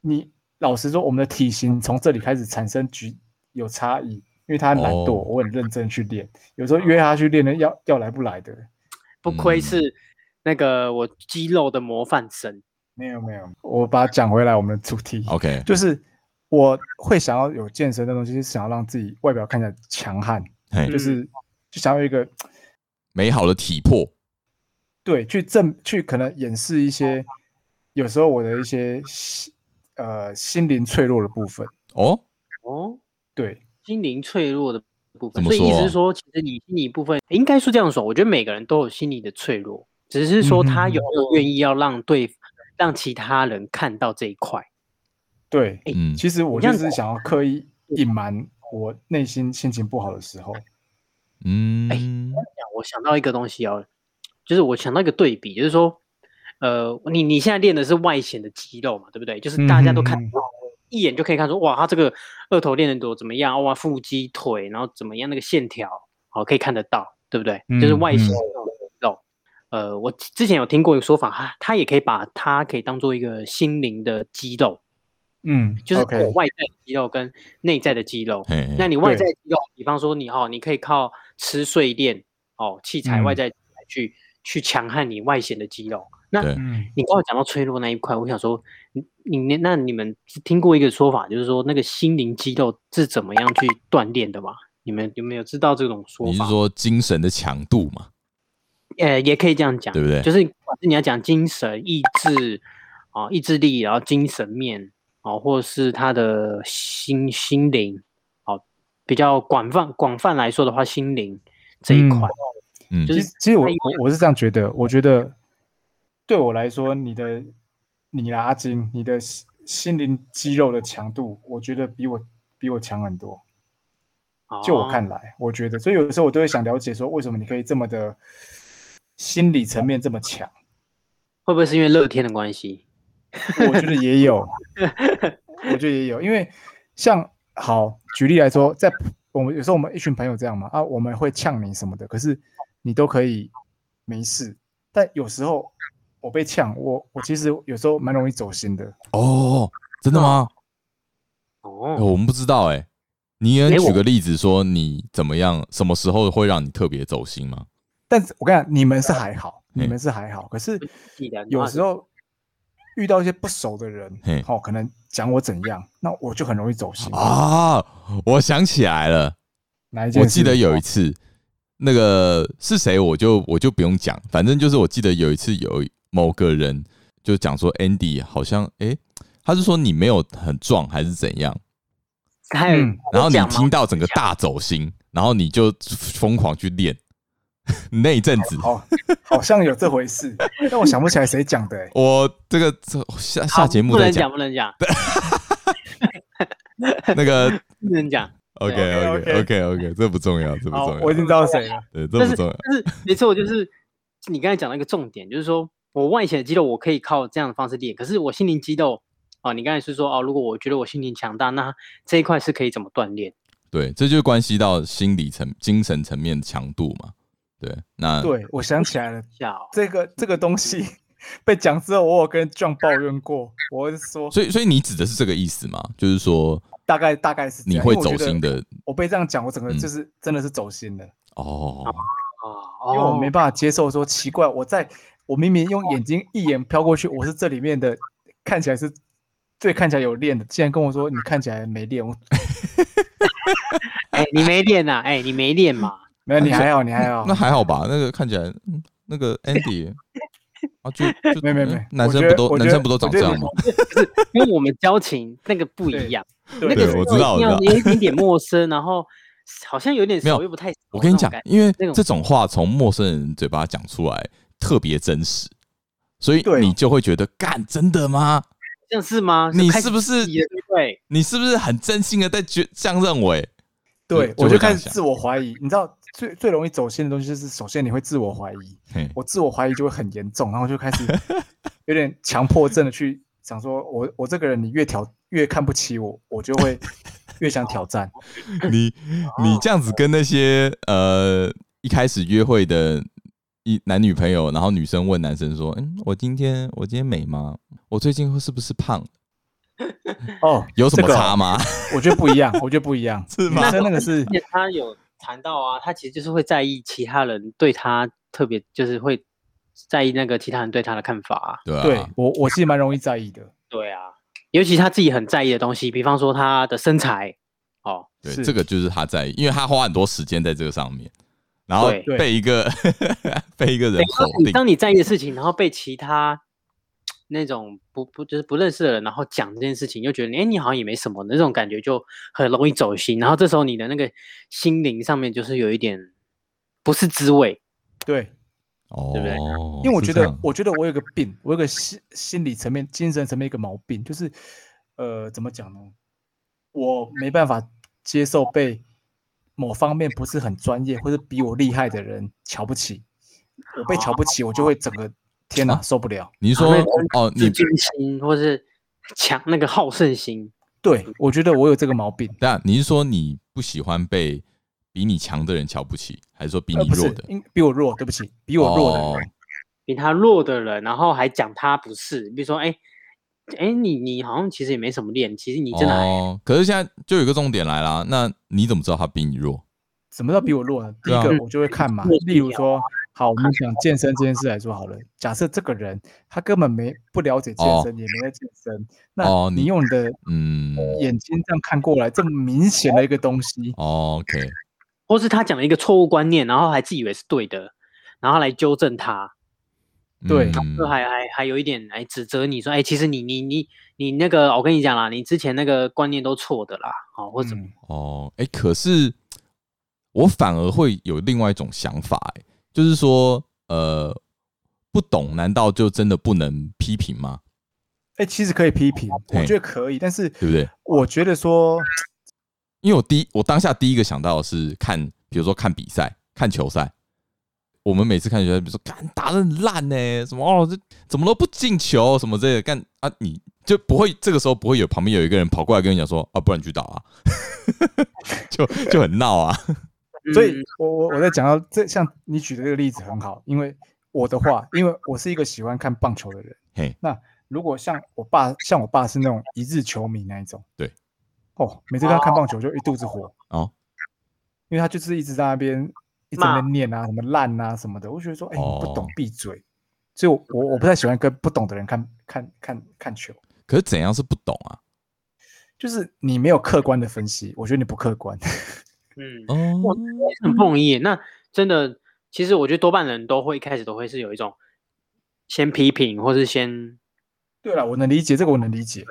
B: 你老实说，我们的体型从这里开始产生局有差异，因为他很懒惰，
C: 哦
B: 我很认真去练，有时候约他去练呢，要要来不来的。
A: 不愧
C: 嗯
A: 是那个我肌肉的模范生。
B: 没有没有，我把它讲回来，我们的主题
C: OK，
B: 就是我会想要有健身的东西，是想要让自己外表看起来强悍，
A: 嗯
C: 嘿
B: 就，是就想要有一个
C: 美好的体魄，
B: 对去正去可能掩饰一些有时候我的一些心呃心灵脆弱的部分，
C: 哦，
A: 哦，
B: 对，
A: 心灵脆弱的部
C: 怎
A: 分，
C: 么
A: 所以意思
C: 说
A: 是说，其实你心理部分应该说这样说，我觉得每个人都有心理的脆弱，只是
C: 嗯
A: 说他有没有愿意要让对、让其他人看到这一块。
B: 对，
C: 嗯，
B: 其实我
A: 你这
B: 就
A: 样
B: 是想要刻意隐瞒我内心心情不好的时候。
C: 嗯，
A: 讲我想到一个东西哦，就是我想到一个对比，就是说，呃，你你现在练的是外显的肌肉嘛，对不对？就是大家都看
B: 嗯哼
A: 到，一眼就可以看出，哇，他这个二头练的多怎么样？哇，腹肌、腿，然后怎么样？那个线条，好、可以看得到，对不对？就是
B: 嗯
A: 外显
B: 嗯
A: 的肌肉。呃，我之之前有听过一个说法，它它也可以把它可以当做一个心灵的肌肉，
B: 嗯，
A: 就是
B: OK，
A: 有外在的肌肉跟内在的肌肉。
C: 嘿，
A: 那你外
B: 对
A: 在肌肉，比方说你哦，你可以靠吃睡练哦，器材
B: 嗯
A: 外在器材去、去强悍你外显的肌肉。那
C: 对
B: 嗯
A: 你刚才讲到脆弱那一块，我想说，你你那你们是听过一个说法，就是说那个心灵肌肉是怎么样去锻炼的吗？你们有没有知道这种说
C: 你是
A: 法？
C: 说精神的强度嘛？
A: 呃，也可以这样讲，
C: 对不对
A: 就是不管是你要讲精神、意志啊、哦意志力，然后精神面哦，或是他的心心灵哦，比较广泛广泛来说的话，心灵这一块，
C: 嗯，
A: 就是
B: 其实其实我
A: 他因
B: 我我是这样觉得，我觉得对我来说，你的你啦阿金，你的心心灵肌肉的强度，我觉得比我比我强很多。就我
A: 哦，
B: 看来，我觉得，所以有的时候我都会想了解说，为什么你可以这么的心理层面这么强？
A: 会不会是因为乐天的关系？
B: 我觉得也有，我觉得也有，因为像好举例来说，在我们有时候我们一群朋友这样嘛，啊，我们会呛你什么的，可是你都可以没事。但有时候我被呛，我我其实有时候蛮容易走心的。
C: 哦，真的吗？
B: 啊
C: 哎
A: 哦，
C: 我们不知道哎，你也
A: 没
C: 举
A: 我
C: 个例子说你怎么样，什么时候会让你特别走心吗？
B: 但是我跟你讲，你们是还好，你
C: 嗯
B: 们是还好，可是
A: 既然
B: 有时
A: 候
B: 候遇到一些不熟的人
C: 嘿，
B: 哦，可能讲我怎样，那我就很容易走心。
C: 啊，我想起来了，
B: 哪一件
C: 我
B: 事？哦
C: 记得有一次，那个是谁我就我就不用讲，反正就是我记得有一次有某个人就讲说 Andy 好像诶，他是说你没有很壮还是怎样，
A: 还有
B: 嗯
A: 我
C: 然后你
A: 讲吗
C: 听到整个大走心，然后你就疯狂去练。 那一阵子，
B: 好，好像有这回事，但我想不起来谁讲的、欸。
C: 我这个这下下
A: 好
C: 节目
A: 不
C: 再
A: 能
C: 讲
A: 讲，不能讲，
C: 那 个
A: 不能讲。
C: OK
A: 对
C: OK OK OK，这不重要，这不
B: 好
C: 重，
B: 我
C: 要，
B: 已经知道谁了。
C: 对，
A: 但
C: 这
A: 是
C: 不重要。
A: 但是没错，就是你刚才讲到一个重点，就是说我外显的肌肉我可以靠这样的方式练，可是我心灵肌肉哦，你刚才是说哦，如果我觉得我心灵强大，那这一块是可以怎么锻炼？
C: 对，这就关系到心理层、精神层面的强度嘛。对，那
B: 对，我想起来了，
A: 下哦，
B: 这个这个东西被讲之后，我有跟 John 抱怨过，我是说
C: 所以所以你指的是这个意思吗？就是说
B: 大概大概是这
C: 你
B: 样
C: 会
B: 因为我
C: 走
B: 觉得
C: 心的
B: 我被这样讲，我整个
C: 嗯
B: 就是真的是走心了，
C: 哦，
B: 啊
A: 哦，
B: 因为我没办法接受说奇怪，我在我明明用眼睛一眼飘过去，我是这里面的看起来是最看起来有练的，竟然跟我说你看起来没练，我
A: 哎、你没练呐、哎、你没练嘛，
B: 没有你还好你还好
C: 那，还好吧？那个看起来，嗯，那个 Andy 啊，就就
B: 没有没有
C: 嗯
B: 没有
C: 男
B: 我
C: 生
B: 觉
C: 不
B: 得
C: 都
B: 我
C: 男
B: 觉
C: 生
B: 得
C: 不都
B: 我
C: 长
B: 觉
C: 这
B: 得
C: 样
B: 你
C: 吗？
A: 因为我们交情那个不
B: 对
A: 一样，
B: 对
A: 那个
C: 对
A: 是
C: 我知道我知
A: 要
C: 道
A: 你有一点点陌生，然后好像有点
C: 没有
A: 熟又不太熟
C: 我跟你
A: 那种
C: 讲
A: 感，觉
C: 因为
A: 那种
C: 这种话从陌生人嘴巴讲出来特别真实，所以
B: 对哦
C: 你就会觉得，干真的吗？
A: 像是吗？
C: 你
A: 开
C: 是
A: 始
C: 不是
A: 急了对不对？
C: 你是不是很真心的在觉这样认为？
B: 对
C: 就
B: 我
C: 会
B: 就
C: 这样
B: 开始
C: 想
B: 自我怀疑，你知道最最容易走心的东西就是首先你会自我怀疑。
C: 嘿
B: 我自我怀疑就会很严重，然后就开始 有点强迫症的去想说我，我这个人你越挑越看不起我，我就会越想 挑战。
C: 你
A: 哦
C: 你这样子跟那些呃一开始约会的一男女朋友，然后女生问男生说：“嗯，我今天我今天美吗？我最近会是不是胖？
B: 哦，
C: 有什么
B: 这个
C: 差 吗？。
B: 我觉得不一样，我觉得不一样
C: 是吗
B: 女生那个是
A: 而且他有谈到啊，他其实就是会在意其他人对他特别，就是会在意那个其他人对他的看法啊。
C: 对啊，
B: 对我，我其实蛮容易在意的。
A: 对啊，尤其他自己很在意的东西，比方说他的身材，哦，
C: 对
B: 是
C: 这个就是他在意，因为他花很多时间在这个上面，然后
A: 对
C: 被一个 被一个人
A: 等于
C: 否
A: 说你
C: 定，
A: 当你在意的事情，然后被其他那种不不就是不认识的人，然后讲这件事情，又觉得哎、诶你好像也没什么的那种感觉，就很容易走心。然后这时候你的那个心灵上面就是有一点不是滋味，
B: 对，
C: 哦，
A: 对不对
B: 因为我
C: 是
B: 觉
C: 这
B: 得
C: 样，
B: 我觉得我有个病，我有个心心理层面、精神层面一个毛病，就是呃，怎么讲呢？我没办法接受被某方面不是很专业或者比我厉害的人瞧不起，我
A: 哦
B: 被瞧不起，我就会整个天哪、
C: 啊
B: 受不了。
C: 你说
A: 那
C: 哦，
A: 自
C: 你
A: 尊心或是强那个好胜心，
B: 对，我觉得我有这个毛病，
C: 但你是说你不喜欢被比你强的人瞧不起，还是说比
B: 呃，
C: 你
B: 不
C: 弱
B: 是
C: 的？
B: 因比我弱，对不起，比我弱的人，
C: 哦
A: 比他弱的人，然后还讲他不是，比如说哎哎你你好像其实也没什么练，其实你真的还
C: 哦，可是现在就有一个重点来啦，那你怎么知道他比你弱？
B: 什么叫比我弱呢？第一
C: 对啊
B: 个我就会看嘛
A: 嗯，
B: 例如说，好，我们讲健身这件
A: 啊
B: 事来说好了。假设这个人他根本没不了解健身，也没在健身，
C: 哦
B: 那
C: 你
B: 你用你的
C: 嗯
A: 哦
B: 眼睛这样看过来，这么明显的一个东西，
C: 哦，OK，
A: 或是他讲了一个错误观念，然后还自以为是对的，然后来纠正他，
B: 对
C: 嗯
A: 就还还还有一点来指责你说，哎、其实你你你你那个，我跟你讲啦，你之前那个观念都错的啦，好、或怎么、
B: 嗯
C: 哦，哎、可是我反而会有另外一种想法、诶就是说，呃，不懂难道就真的不能批评吗？
B: 哎、其实可以批评，
C: 嘿
B: 我觉得可以，但是
C: 对不对？
B: 我觉得说，
C: 因为我第一，我当下第一个想到的是看，比如说看比赛、看球赛。我们每次看球赛，比如说干打的很烂呢、什么哦，这怎么都不进球，什么之类的，干啊，你就不会这个时候不会有旁边有一个人跑过来跟你讲说啊，不然你去打啊， 就就很闹啊。
B: 所以
A: 嗯
B: 我我我在讲到这，像你举的这个例子很好，因为我的话，因为我是一个喜欢看棒球的人，
C: 嘿，
B: 那如果像我爸，像我爸是那种一日球迷那一种，
C: 对，
B: 哦，每次跟他看棒球就一肚子火
C: 哦，
B: 因为他就是一直在那边一直在那边念啊，什么烂啊什么的，我觉得说，哎、你不懂
C: 哦
B: 闭嘴，所以我我我不太喜欢跟不懂的人看看看看球，
C: 可是怎样是不懂啊？
B: 就是你没有客观的分析，我觉得你不客观，
A: 嗯，
C: 哦，
A: 很不容易耶。那真的，其实我觉得多半人都会一开始都会是有一种先批评，或是先
B: 对了，我能理解这个，我能理解，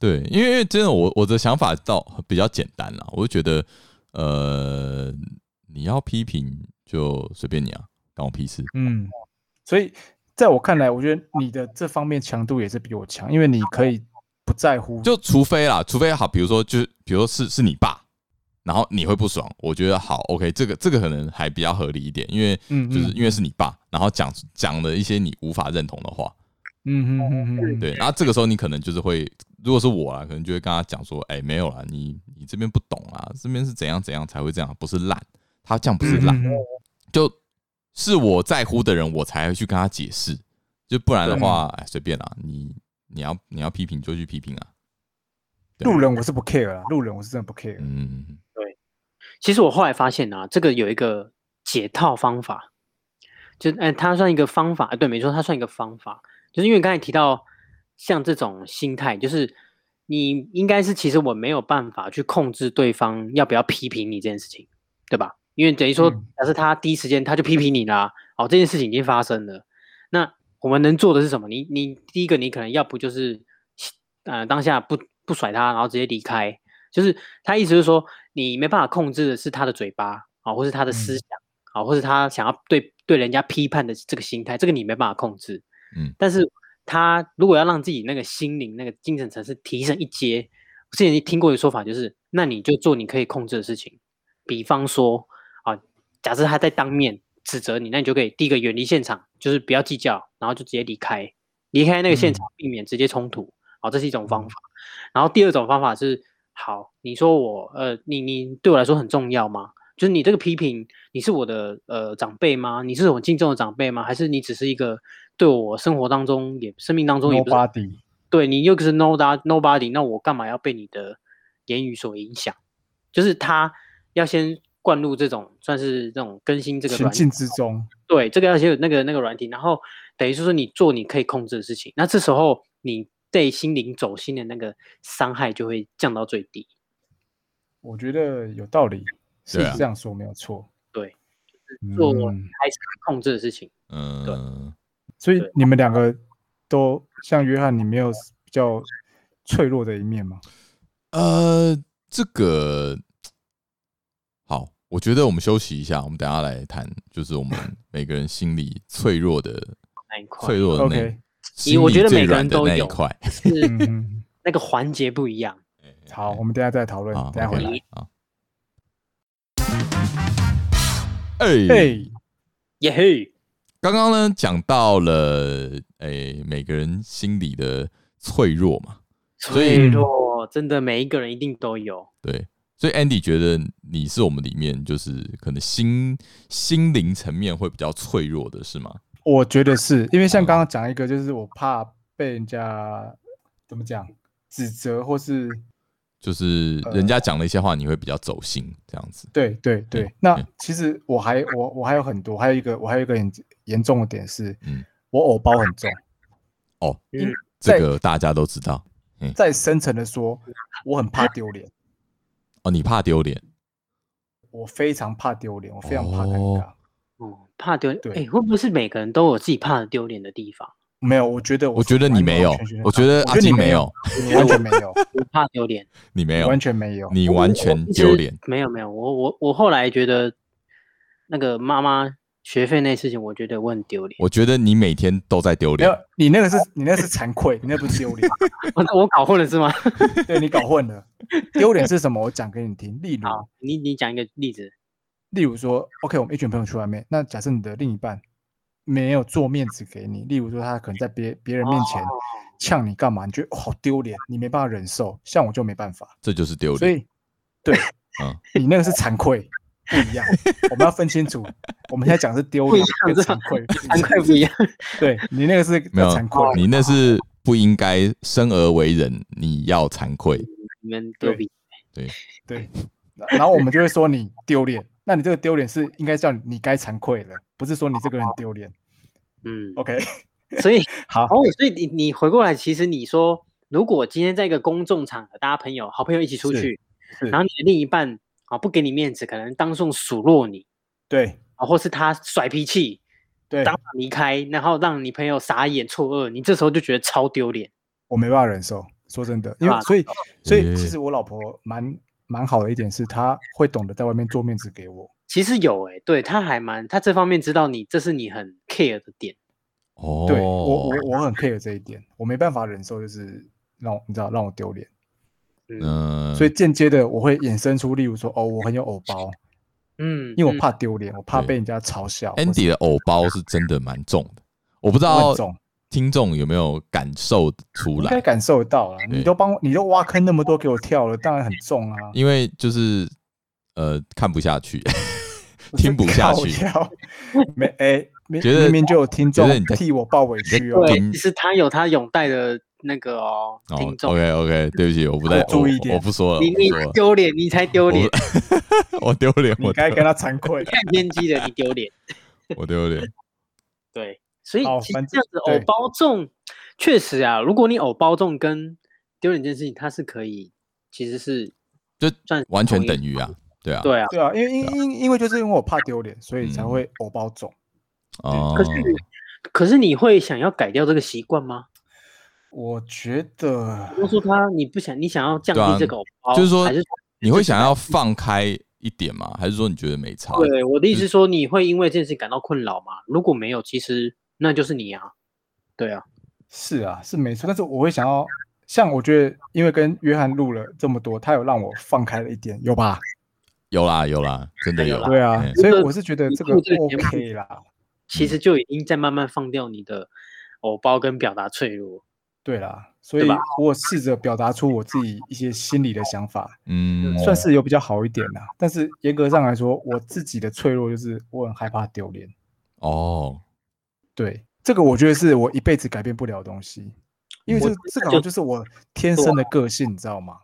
C: 对，因为因为真的我我的想法倒比较简单啦，我就觉得呃，你要批评就随便你啊，干我屁事。
B: 嗯，所以在我看来，我觉得你的这方面强度也是比我强，因为你可以不在乎，
C: 就除非啦，除非好，比如说就是比如说是是你爸，然后你会不爽，我觉得好 OK，这个这个可能还比较合理一点，因为
B: 嗯
C: 就是
B: 嗯
C: 因为是你爸，然后讲讲了一些你无法认同的话，
B: 嗯嗯嗯嗯，
C: 对，然后这个时候你可能就是会，如果是我啦，可能就会跟他讲说，哎、没有啦，你你这边不懂啊，这边是怎样怎样才会这样，不是烂，他这样不是烂，
B: 嗯嗯嗯
C: 就是我在乎的人，我才会去跟他解释，就不然的话，哎，随便啦，你你要你要批评就去批评啊，对
B: 路人我是不 care 啦，路人我是真的不 care。
C: 嗯，
A: 其实我后来发现啊，这个有一个解套方法，就哎，它算一个方法，啊对，没错，它算一个方法，就是因为刚才提到像这种心态，就是你应该是其实我没有办法去控制对方要不要批评你这件事情，对吧？因为等于说，
B: 嗯
A: 假设他第一时间他就批评你啦、哦，这件事情已经发生了，那我们能做的是什么？你你第一个，你可能要不就是，呃，当下不不甩他，然后直接离开，就是他意思是说，你没办法控制的是他的嘴巴啊，或是他的思
B: 嗯
A: 想啊，或是他想要对对人家批判的这个心态，这个你没办法控制。
C: 嗯，
A: 但是他如果要让自己那个心灵那个精神层次提升一阶，我之前听过一个说法，就是那你就做你可以控制的事情，比方说啊，假设他在当面指责你，那你就可以第一个远离现场，就是不要计较，然后就直接离开，离开那个现
B: 嗯
A: 场，避免直接冲突。好，这是一种方法。然后第二种方法是，好，你说我呃，你你对我来说很重要吗？就是你这个批评，你是我的呃长辈吗？你是我敬重的长辈吗？还是你只是一个对我生活当中也生命当中也不是
B: Nobody，
A: 对你又不是 no da nobody，那我干嘛要被你的言语所影响？就是他要先灌入这种算是这种更新这个
B: 情
A: 软体
B: 境之中，
A: 对，这个要先有那个那个软体，然后等于是说你做你可以控制的事情，那这时候你对心灵走心的那个伤害就会降到最低。
B: 我觉得有道理，是
C: 对啊
B: 这样说没有错。
A: 对，
B: 嗯
A: 做开始控制的事情，
C: 嗯，
A: 对
B: 所以你们两个都像约翰，你没有比较脆弱的一面吗？
C: 呃，这个好，我觉得我们休息一下，我们等一下来谈，就是我们每个人心里脆弱的、
A: 那一块
C: 脆，弱的那
B: OK
C: 心
A: 我觉
C: 里
A: 得
C: 最
A: 每个
C: 软
A: 人
C: 的
A: 都
C: 那一
A: 有
C: 块。
A: 是
B: 嗯嗯，
A: 那个环节不一样。
B: 好， 我们等一下再讨论，
C: 啊，
B: 等一下回
C: OK，
B: 来。
C: 啊。哎，
B: 嘿，
A: 耶嘿，
C: 刚刚呢讲到了，哎，每个人心里的脆弱嘛，所以
B: 嗯
A: 脆弱真的每一个人一定都有。
C: 对，所以 Andy 觉得你是我们里面就是可能心心灵层面会比较脆弱的是吗？
B: 我觉得是因为像刚刚讲一个，就是我怕被人家怎么讲指责，或是
C: 就是
B: 呃
C: 人家讲了一些话，你会比较走心这样子。
B: 对对对。
C: 嗯
B: 那其实我还我我还有很多，还有一个我还有一个很严重的点是，
C: 嗯
B: 我偶包很重。
C: 哦，
B: 因为
C: 这个大家都知道
B: 再深层的说，我很怕丢脸，
C: 哦，你怕丢脸，
B: 我非常怕丢脸，我非常怕尴
C: 哦
B: 尬。
A: 哦，怕丢脸，
B: 对
A: 哎、会不会是每个人都有自己怕的丢脸的地方？
B: 没有，我觉得
C: 我觉得你没有
B: 完完全全
C: 我觉得
B: 我觉得
C: 阿
B: 你
C: 金
B: 没
C: 没
B: 有
C: 有，
B: 你完全没有，
A: 我怕丢脸，
C: 你没
B: 你
C: 有，
B: 完全没有。
C: 你完全
A: 其实
C: 丢脸。
A: 没有没有，我我我后来觉得那个妈妈学费那事情，我觉得我很丢脸。
C: 我觉得你每天都在丢
B: 没
C: 脸
B: 有，，你那个是你那是惭愧，你那不是丢脸，
A: 我我搞混了是吗？
B: 对你搞混了。丢脸是什么？我讲给你听。例如，
A: 好， 你你讲一个例子。
B: 例如说，OK，我们一群朋友去外面，那假设你的另一半没有做面子给你，例如说他可能在别别人面前呛你干嘛，你觉得、哦、好丢脸，你没办法忍受，像我就没办法，
C: 这就是丢
B: 所
C: 脸。
B: 以对，
C: 嗯
B: 你那个是惭愧。不一样，我们要分清楚。我们现在讲的是丢
A: 不一
B: 脸跟
A: 样，这样
B: 惭愧，
A: 惭愧不一样，
B: 对你那个是
C: 没有
B: 惭愧，
C: 你那是不应该生而为人，你要惭愧。
A: 你们都
B: 对
A: 比
B: 对，那然后我们就会说你丢脸。那你这个丢脸是应该叫你该惭愧了，不是说你这个人丢脸。
A: 嗯，
B: OK，
A: 所以
B: 好，
A: 哦，所以你你回过来，其实你说，如果今天在一个公众场合，大家朋友、好朋友一起出
B: 是
A: 去，
B: 是
A: 然后你的另一半啊不给你面子，可能当众数落你
B: 对
A: 啊，或是他甩脾气，
B: 对，
A: 当场离开，然后让你朋友傻眼错愕，你这时候就觉得超丢脸。
B: 我没办法忍受。说真的，因
A: 啊
B: 为所以所以其
C: 嗯
B: 实我老婆蛮蛮好的一点是，她会懂得在外面做面子给我。
A: 其实有诶、对他还蛮，他这方面知道你这是你很 care 的点。
C: 哦，
B: 对我我我很 care 这一点，我没办法忍受就是让我你知道让我丢脸，
A: 嗯
C: 嗯，
B: 所以间接的我会衍生出，例如说哦，我很有偶 包，
A: 嗯，
B: 因为我
A: 嗯
B: 怕丢脸，我怕
C: 对
B: 被人家嘲笑。或是
C: Andy 的偶包是真的蛮重的，我不知
B: 我
C: 道
B: 很重
C: 听众有没有感受出
B: 应该
C: 来，
B: 感受到了。你
C: 对
B: 都帮我，你都挖坑那么多给我跳了，当然很重啊，
C: 因为就是呃看不下去，
B: 我是
C: 听不下去，
B: 靠腰。 没哎，没
C: 觉得
B: 明明就有听众
C: 觉得你在
B: 替我抱委屈哦。
A: 对，
C: 跟
A: 其实他有他拥戴的那个哦，
C: 哦
A: 听众，
C: ，OK OK，对不起，我不再
B: 我注意一点
C: 我，我不说了，
A: 你你
C: 我
A: 丢脸，你才
C: 不
A: 丢脸
C: 说，了，我我丢脸，
B: 你
C: 我
B: 该
C: 丢
B: 跟他惭愧。
A: 太偏激了，你丢脸。
C: 我丢脸，
A: 对，所以
B: 哦
A: 其
B: 反
A: 实这样子
B: 对
A: 偶包中，确实啊，如果你偶包中跟丢脸这件事情，它是可以，其实是
C: 就
A: 算是
C: 完全
A: 同一
C: 等于啊，对啊，
A: 对啊。
B: 对啊，因为因因因为就是因为我怕丢脸，所以才
C: 嗯
B: 会偶包肿。
C: 哦
A: 可，是可是你会想要改掉这个习惯吗？
B: 我觉得
A: 比如说他你不想，你想要降
C: 对啊
A: 低这个偶包，
C: 就是说
A: 还是
C: 你会想要放开一点吗？还是说你觉得没差？
A: 对我的
C: 嗯
A: 意思是说，你会因为这件事情感到困扰吗？如果没有，其实那就是你啊。对啊，
B: 是啊，是没错。但是我会想要，像我觉得，因为跟约翰录了这么多，他有让我放开了一点，有吧？
C: 有啦有啦，真的有，
A: 有啦
B: 对啊
C: 嗯，
B: 所以
A: 这个
B: 我是觉得
A: 你
B: 这个
A: 录这个节目
B: OK 啦。
A: 其实就已经在慢慢放掉你的偶包跟表达脆弱。
B: 对啦，所以
A: 对吧
B: 我试着表达出我自己一些心里的想法，
C: 嗯，
B: 算是有比较好一点啦。但是严格上来说，我自己的脆弱就是我很害怕丢脸。
C: 哦，
B: 对，这个我觉得是我一辈子改变不了的东西，因为
A: 我
B: 这
A: 觉
B: 这
A: 得
B: 个好
A: 就啊
B: 像就是我天生的个性，你知道吗？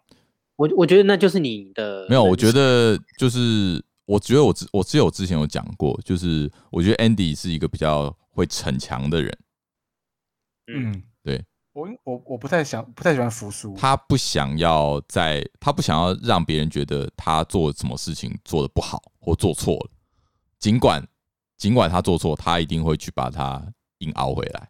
A: 我我觉得那就是你的
C: 没有，我
A: 人
C: 觉得就是，我觉得我之我只有之前有讲过，就是我觉得 Andy 是一个比较会逞强的人，
A: 嗯
B: 嗯，
C: 对
B: 我我我不太想不太喜欢服输，
C: 他不想要在，他不想要让别人觉得他做什么事情做的不好或做错了，尽管尽管他做错，他一定会去把它硬熬回来。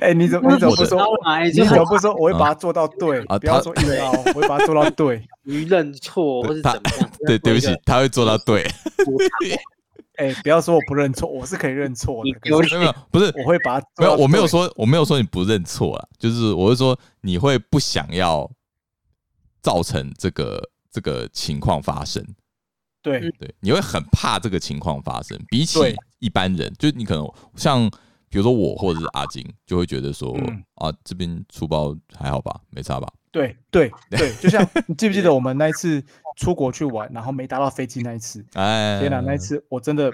B: 哎， 你怎么你怎么不说？
A: 来
B: 你
A: 就
B: 怎
A: 很
B: 么不说？我会把它做到对，
C: 啊
B: 不要
C: 他
B: 说硬凹，我会把它做到对。
A: 于认错或是怎
C: 他
A: 么样？
C: 对，对不起，他会做到对，
B: 哎，不要说我不认错，我是可以认错
A: 你
B: 的，
A: 丢
B: 可
C: 没
A: 脸
B: 是
C: 有没有，不是
B: 我会把它
C: 没
B: 做
C: 有，
B: 到
C: 我没有
B: 对
C: 说我没有说你不认错啊，就是我是说你会不想要造成这个这个情况发生，
A: 嗯
B: 对
C: 对，你会很怕这个情况发生。比起
B: 对
C: 一般人，就是你可能像比如说我或者是阿金，就会觉得说、
B: 嗯
C: 啊这边出包还好吧，没差吧？
B: 对对 对，就像你记不记得我们那一次出国去玩，然后没搭到飞机那 一次？
C: 哎，
B: 天哪，那一次我真的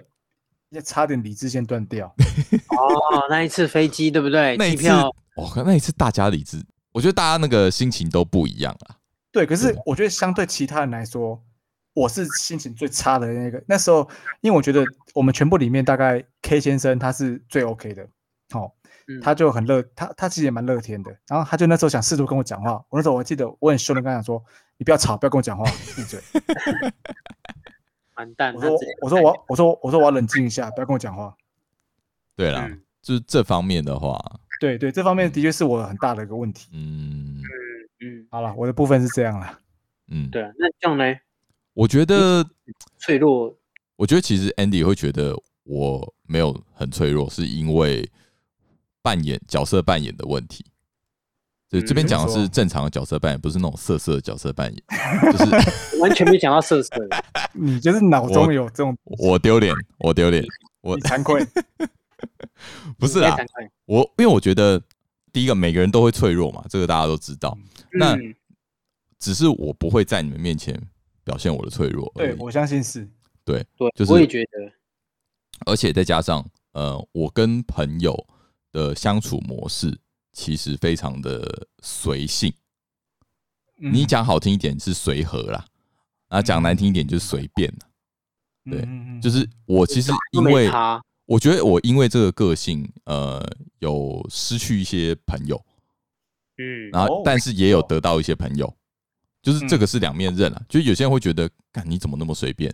B: 也差点理智线断掉。
A: 哦，那一次飞机对不对？
C: 那一
A: 机
C: 次
A: 票，
C: 我看那一次大家理智，我觉得大家那个心情都不一样啊。
B: 对，可是我觉得相对其他人来说，我是心情最差的那个。那时候，因为我觉得我们全部里面大概 K 先生他是最 OK 的，好、
A: 嗯
B: 他就很乐，他他其实也蛮乐天的。然后他就那时候想试图跟我讲话，我那时候我记得我很凶的跟他讲说：“你不要吵，不要跟我讲话，闭嘴。
A: 完蛋”
B: 我
A: 他
B: 说
A: 直接：“
B: 我说我要我说我说我要冷静一下，不要跟我讲话。
C: 对啊啦，
A: 嗯
C: 就是这方面的话，”
B: 对对，这方面的确是我很大的一个问题。
C: 嗯
A: 嗯，
B: 好了，我的部分是这样了。
C: 嗯，
A: 对啊，那这样呢？
C: 我觉得
A: 脆弱，
C: 我觉得其实 Andy 会觉得我没有很脆弱，是因为扮演角色扮演的问题。对，这边
A: 嗯
C: 讲的
B: 怎么
C: 是
B: 说
C: 正常的角色扮演，不是那种色色的角色扮演。就是
A: 完全没想到色色，
B: 你就是脑
C: 我
B: 中有这种，
C: 我丢脸，我丢脸，我
B: 你惭愧。
C: 不是啊啦
A: 你再，展开
C: 我因为我觉得第一个每个人都会脆弱嘛，这个大家都知道。那
A: 嗯
C: 只是我不会在你们面前表现我的脆弱而
B: 对，
C: 已。
B: 我相信是。
C: 对，
A: 对
C: 就，是
A: 我也觉得，
C: 而且再加上呃，我跟朋友的相处模式其实非常的随性。你
B: 嗯
C: 讲好听一点是随和啦，啊，讲难听一点就是随便啦。对
B: 嗯嗯嗯
C: 就是我其实因
A: 都没
C: 为
A: 差
C: 我觉得我因为这个个性，呃，有失去一些朋友，
A: 嗯，
C: 然后
B: 哦
C: 但是也有得到一些朋友，就是这
B: 嗯
C: 个是两面刃啊。就是有些人会觉得，干你怎么那么随便，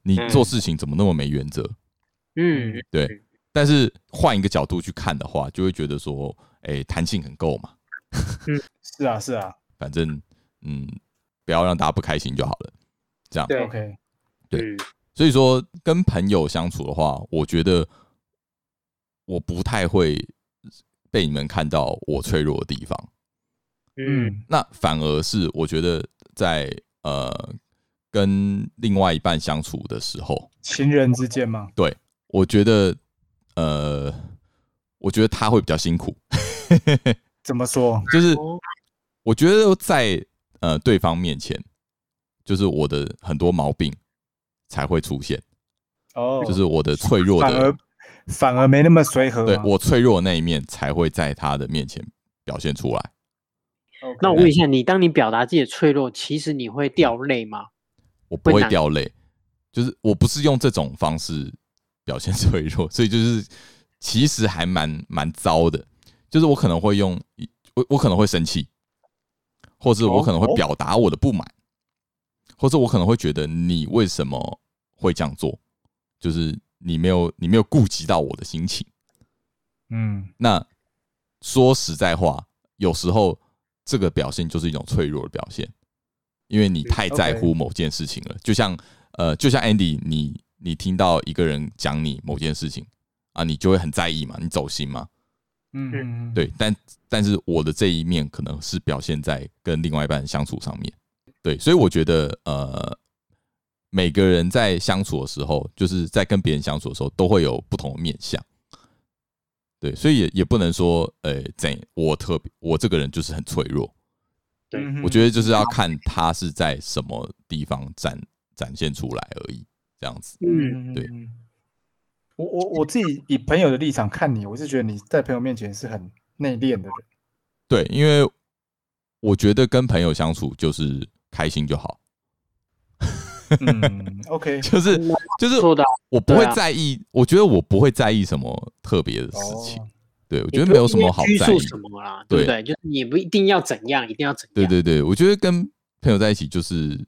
C: 你
A: 嗯
C: 做事情怎么那么没原则？
A: 嗯，
C: 对，但是换一个角度去看的话，就会觉得说，哎，弹性很够嘛，
B: 是啊，是啊
C: 反正嗯，不要让大家不开心就好了。这样，
A: 对
B: ，OK，
C: 对
A: 嗯
C: 所以说跟朋友相处的话，我觉得我不太会被你们看到我脆弱的地方。
A: 嗯
B: 嗯，
C: 那反而是我觉得在呃跟另外一半相处的时候，
B: 情人之间嘛，
C: 我觉得呃，我觉得他会比较辛苦，
B: 怎么说？
C: 就是
A: 哦
C: 我觉得在呃对方面前，就是我的很多毛病才会出现，
B: 哦，
C: 就是我的脆弱
B: 反
C: 的
B: 而反而没那么随和啊
C: 对
B: 嘛。
C: 我脆弱的那一面才会在他的面前表现出来。
B: OK
A: 那我问一下你，当你表达自己的脆弱，其实你会掉泪吗？
C: 我不
A: 会
C: 会
A: 难
C: 掉泪，就是我不是用这种方式表现脆弱， 所以就是其实还蛮蛮糟的，就是我可能会用一我我可能会生气，或是我
B: 哦
C: 可能会
B: 哦
C: 表达我的不满，或是我可能会觉得你为什么会这样做，就是你没有你没有顾及到我的心情。
B: 嗯，
C: 那说实在话，有时候这个表现就是一种脆弱的表现，因为你太在乎某件事情了。就像呃，就像 Andy，你你听到一个人讲你某件事情啊，你就会很在意嘛，你走心嘛，
B: 嗯嗯，嗯，
C: 对。但但是我的这一面可能是表现在跟另外一半相处上面，对。所以我觉得呃。每个人在相处的时候，就是在跟别人相处的时候，都会有不同的面相。对，所以也也不能说，呃，怎我特别，我这个人就是很脆弱。
A: 对
B: 嗯
C: 我觉得就是要看他是在什么地方展展现出来而已，这样子。
A: 嗯，
B: 嗯
C: 对。
B: 嗯嗯我我我自己以朋友的立场看你，我是觉得你在朋友面前是很内敛的人。
C: 对，因为我觉得跟朋友相处就是开心就好，
B: 嗯，OK，
C: 就是就是
A: 说的啊
C: 我不会
A: 对啊
C: 在意，我觉得我不会在意什么特别的事情。
B: 哦，
C: 对，我觉
A: 也
C: 得
A: 不
C: 没有
A: 一
C: 什
A: 定
C: 么
A: 要
C: 好
A: 拘
C: 在
A: 束
C: 意。
A: 什么啦，对不
C: 对
A: 对？就是你也不一定要怎样，一定要怎
C: 对
A: 样，
C: 对对，我觉得跟朋友在一起就是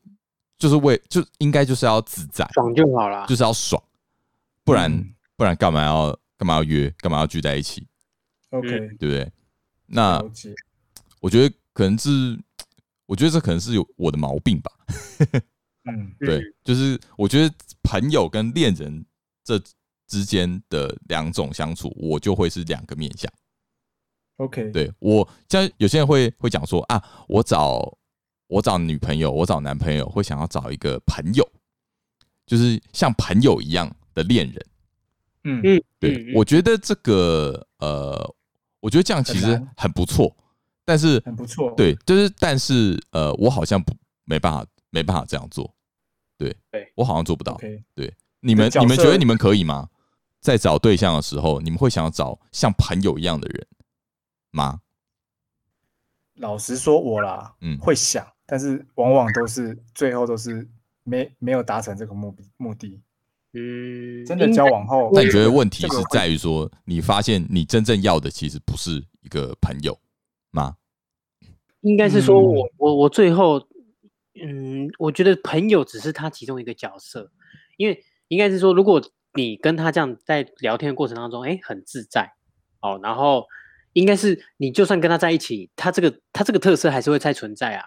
C: 就是为就应该就是要自在，
A: 爽就好啦。
C: 就是要爽，不然、
B: 嗯
C: 不然干嘛要干嘛要约，干嘛要聚在一起？
B: OK，
A: 嗯
C: 对不对？那
B: 了解。
C: 我觉得可能是，我觉得这可能是有我的毛病吧。
B: 嗯，
C: 对
A: 嗯，
C: 就是我觉得朋友跟恋人这之间的两种相处，我就会是两个面相。
B: OK，，
C: 对我，像有些人会会讲说啊，我找我找女朋友，我找男朋友，会想要找一个朋友，就是像朋友一样的恋人。
B: 嗯
A: 嗯
C: 对，
A: 嗯嗯
C: 我觉得这个呃，我觉得这样其
B: 很
C: 实
B: 难
C: 很不错，但是
B: 很不错。，
C: 对，就是但是呃，我好像不没办法没办法这样做，对，
A: 对
C: 我好像做不到。
B: OK，
C: 你们
B: 角
C: 你们觉得
B: 色
C: 你们可以吗？在找对象的时候，你们会想要找像朋友一样的人吗？
B: 老实说，我啦，
C: 嗯
B: 会想，但是往往都是最后都是没没有达成这个目的目的。
A: 嗯，
B: 真的
A: 应
B: 交
A: 该
B: 往后，
C: 但你觉得问题
B: 这个
C: 是
B: 会
C: 在于说，你发现你真正要的其实不是一个朋友吗？
A: 应该是说
B: 嗯
A: 我、我我最后，嗯，我觉得朋友只是他其中一个角色，因为应该是说，如果你跟他这样在聊天的过程当中，哎，很自在哦，然后应该是你就算跟他在一起，他这个他这个特色还是会再存在啊，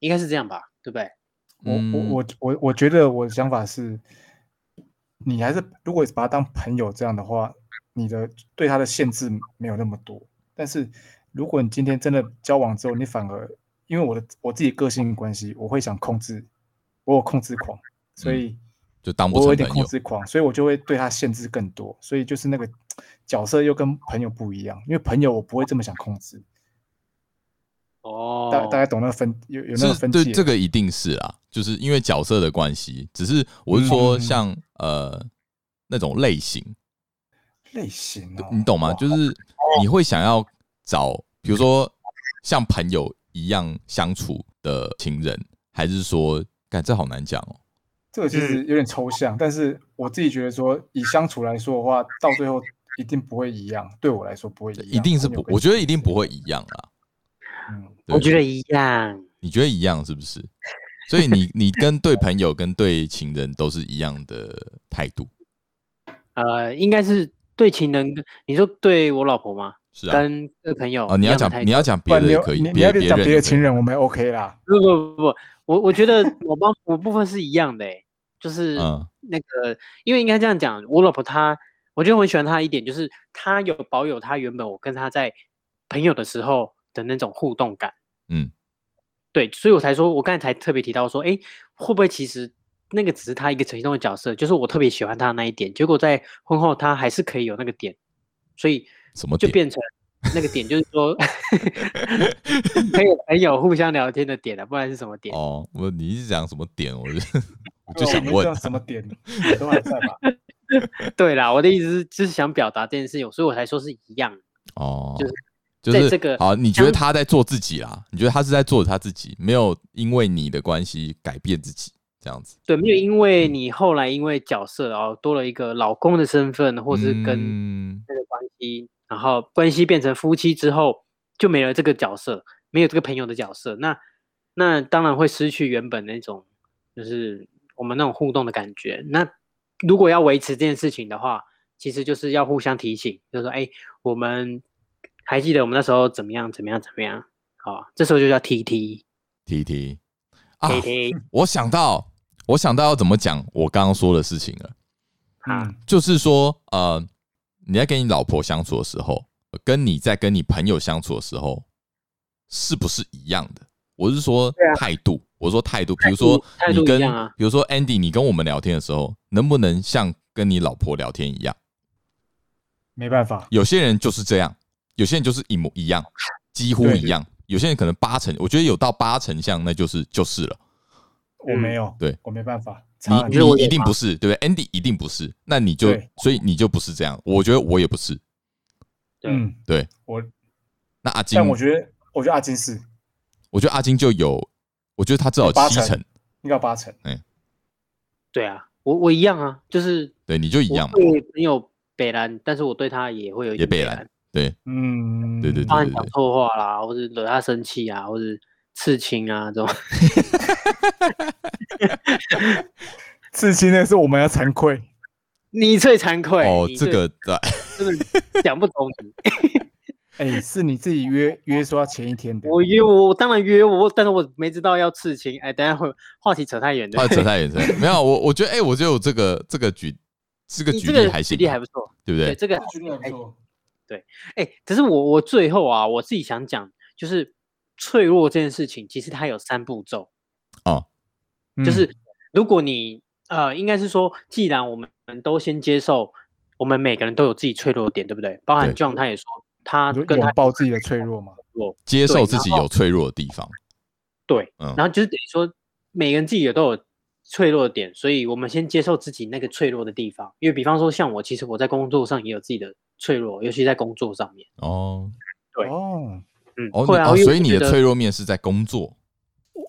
A: 应该是这样吧，对不对？
B: 我我
C: 嗯
B: 我我我觉得我的想法是，你还是如果把他当朋友这样的话，你的对他的限制没有那么多。但是如果你今天真的交往之后，你反而因为我的我自己个性关系，我会想控制，我有控制狂，所
C: 嗯
B: 以
C: 就当不
B: 我有一
C: 成
B: 点
C: 朋
B: 控
C: 友。
B: 制狂，所以我就会对他限制更多。所以就是那个角色又跟朋友不一样，因为朋友我不会这么想控制。
A: 哦，
B: 大大家懂那个分有有那
C: 是
B: 个分
C: 对
B: 界
C: 这
B: 吗，
C: 个一定是啊，就是因为角色的关系。只是我是说
B: 嗯
C: 像，呃那种类型，
B: 类型、哦，
C: 你懂吗？
B: 哇
C: 就是你会想要找，比如说像朋友一样相处的情人，还是说，感这好难讲哦。
B: 这个其实有点抽象，但是我自己觉得说，以相处来说的话，到最后一定不会一样。对我来说不会一样，
C: 一定是
B: 朋友
C: 不，
B: 跟
C: 我觉得
B: 亲
C: 一定
B: 人
C: 不会。一样啦。
B: 嗯，
C: 对
A: 我觉得一样，
C: 你觉得一样是不是？所以你 你跟对朋友跟对情人都是一样的态度，
A: 呃，应该是对情人跟，你说对我老婆吗？
C: 是啊。
A: 跟对朋友
C: 哦，你
A: 一
C: 要
A: 样的
C: 讲
A: 态
C: 你
A: 度
C: 要讲
B: 不
C: 别
B: 然
C: 的
B: 你
C: 也
B: 有
C: 可以，
B: 你你
C: 别
B: 要讲
C: 人
B: 别
C: 也
B: 的
C: 可以
B: 情人，我们 OK 啦。
A: 不不不不，我我觉 得我帮我部分是一样的、欸，就是
C: 嗯
A: 那个，因为应该这样讲，我老婆她，我觉得我很喜欢她一点，就是她有保有她原本我跟她在朋友的时候的那种互动感。
C: 嗯，
A: 对，所以我才说，我刚才才特别提到说，哎，会不会其实那个只是她一个其中的角色，就是我特别喜欢她的那一点，结果在婚后她还是可以有那个点，所以
C: 什么
A: 就
C: 点？
A: 变成那个点，就是说朋友朋友互相聊天的点了、啊不然是什么点？
C: 哦，我你是讲什么点？我就我 就
B: 对啊
C: 想
B: 们知
C: 问
B: 道，什么 点你都还在吧？
A: 对啦，我的意思是，就是想表达这件事情，所以我才说是一样。
C: 哦，
A: 就是
C: 就
A: 在
C: 是
A: 这个
C: 好，你觉得
A: 相
C: 他在做自己啦？你觉得他是在做他自己，没有因为你的关系改变自己这样子？
A: 对，没有因为你后来因为角色哦多了一个老公的身份，或是跟
C: 嗯
A: 这个关系，然后关系变成夫妻之后，就没了这个角色，没有这个朋友的角色，那那当然会失去原本那种就是我们那种互动的感觉。那如果要维持这件事情的话，其实就是要互相提醒，就是说，哎，我们还记得我们那时候怎么样怎么样怎么样，好、这时候就叫 T T
C: 提一提啊，
A: T T
C: 我想到，我想到要怎么讲我刚刚说的事情了，
A: 啊，
B: 嗯
C: 就是说，呃，你在跟你老婆相处的时候，跟你在跟你朋友相处的时候，是不是一样的？我是说
A: 对啊
C: 态度，我是说态度，比如
A: 态
C: 说
A: 度态
C: 你
A: 度一
C: 跟，
A: 样啊
C: 比如说 Andy，你跟我们聊天的时候，能不能像跟你老婆聊天一样？
B: 没办法，
C: 有些人就是这样，有些人就是一模一样，几乎
B: 对
C: 一样。有些人可能八成，我觉得有到八成像，那就是就是了。
B: 我没有，
C: 嗯对
B: 我没办法，差很
C: 你
A: 觉得我
C: 你一
A: 有
C: 定
A: 吗
C: 不是，对不对？Andy 一定不是，那你就
B: 对
C: 所以你就不是这样。我觉得我也不是。
A: 对
B: 嗯，
C: 对
B: 我，
C: 那阿金，
B: 但我觉得，我觉得阿金是
C: 我觉得阿金就有，我觉得他至少
B: 有八
C: 七
B: 成
C: 成，
B: 应该有八成，
A: 对啊，我我一样啊，就是
C: 对，你就一
A: 我
C: 样嘛。
A: 对朋友北兰，但是我对他也会有一
C: 也
A: 点
C: 北兰
A: 兰，
C: 对，
B: 嗯，
C: 对对
A: 当
C: 对
A: 然讲错话啦，或者惹他生气啊，或者刺青啊这种。
B: 刺青那是我们要惭愧，
A: 你最惭愧
C: 哦
A: 你，
C: 这
A: 最
C: 个对，
A: 真的讲不通你。
B: 哎、是你自己约约说要前一天的，
A: 我约我我当然约我，但是我没知道要刺青。哎，等一下会话题扯太远
C: 啊，
A: 了。
C: 扯太远，扯太远 没有，我我觉得，哎、我觉得我这个这个举这个
A: 你
C: 举
A: 这
C: 例
A: 个
C: 还行
A: 举
C: 吧，
A: 例还不错，
C: 对不
A: 对
C: 对？
A: 这个
B: 这个还不错
A: 哎、可是我我最后啊，我自己想讲，就是脆弱这件事情，其实它有三步骤，就
B: 嗯
A: 是如果你呃，应该是说，既然我们都先接受，我们每个人都有自己脆弱的点，对不对？包含
C: 对
A: John 他也说，他
B: 你说
A: 跟他
B: 拥抱自己的脆弱嘛，
A: 弱，
C: 接受
A: 对
C: 自
A: 然
C: 己有脆弱的地方，
A: 对，
C: 嗯
A: 然后就是等于说，每个人自己也都有脆弱的点，所以我们先接受自己那个脆弱的地方。因为比方说，像我，其实我在工作上也有自己的脆弱，尤其在工作上面，
C: 哦
A: 对
B: 哦，
A: 嗯，
C: 哦
A: 会
C: 你
A: 啊，
C: 哦，
A: 因为
C: 所以
A: 我
C: 你
A: 觉
C: 的
A: 得
C: 脆弱面是在工作，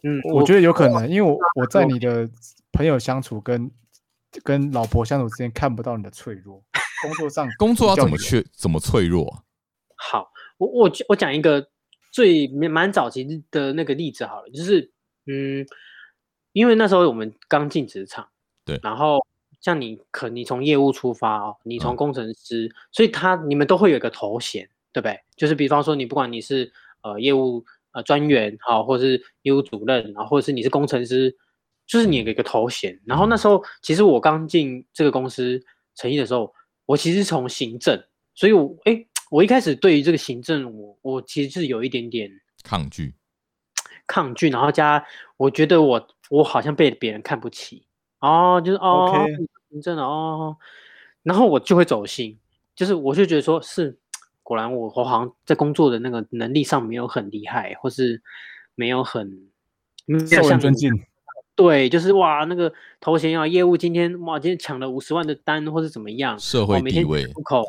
A: 嗯，
B: 我觉得有可能，因为我我在
A: 我
B: 你的朋友相处跟跟老婆相处之间看不到你的脆弱，工作上
C: 工作要
B: 比较
C: 怎么
B: 有
C: 去怎么脆弱啊、
A: 好，我我讲我讲一个最蛮蛮早期的那个例子好了，就是嗯，因为那时候我们刚进职场，
C: 对
A: 然后像你可你从业务出发哦，你
C: 嗯
A: 从工程师，所以他你们都会有一个头衔，对不对？就是比方说你不管你是呃业务呃专员好、或是业务主任，然后或者是你是工程师，就是
C: 嗯
A: 你有一个头衔。然后那时候其实我刚进这个公司成立的时候，我其实是从行政，所以我哎。我一开始对于这个行政，我我其实是有一点点
C: 抗拒？
A: 抗拒，然后加我觉得我我好像被别人看不起，哦，就是哦
B: OK
A: 你行政的哦，然后我就会走心，就是我就觉得说是果然我我好像在工作的那个能力上没有很厉害，或是没有很没有
B: 受
A: 像
B: 人尊
A: 你
B: 敬，
A: 对，就是哇那个头衔啊，业务今天哇今天抢了五十万的单或是怎么样，
C: 社
A: 我
C: 会
A: 每
C: 地
A: 天
C: 位
A: 出口。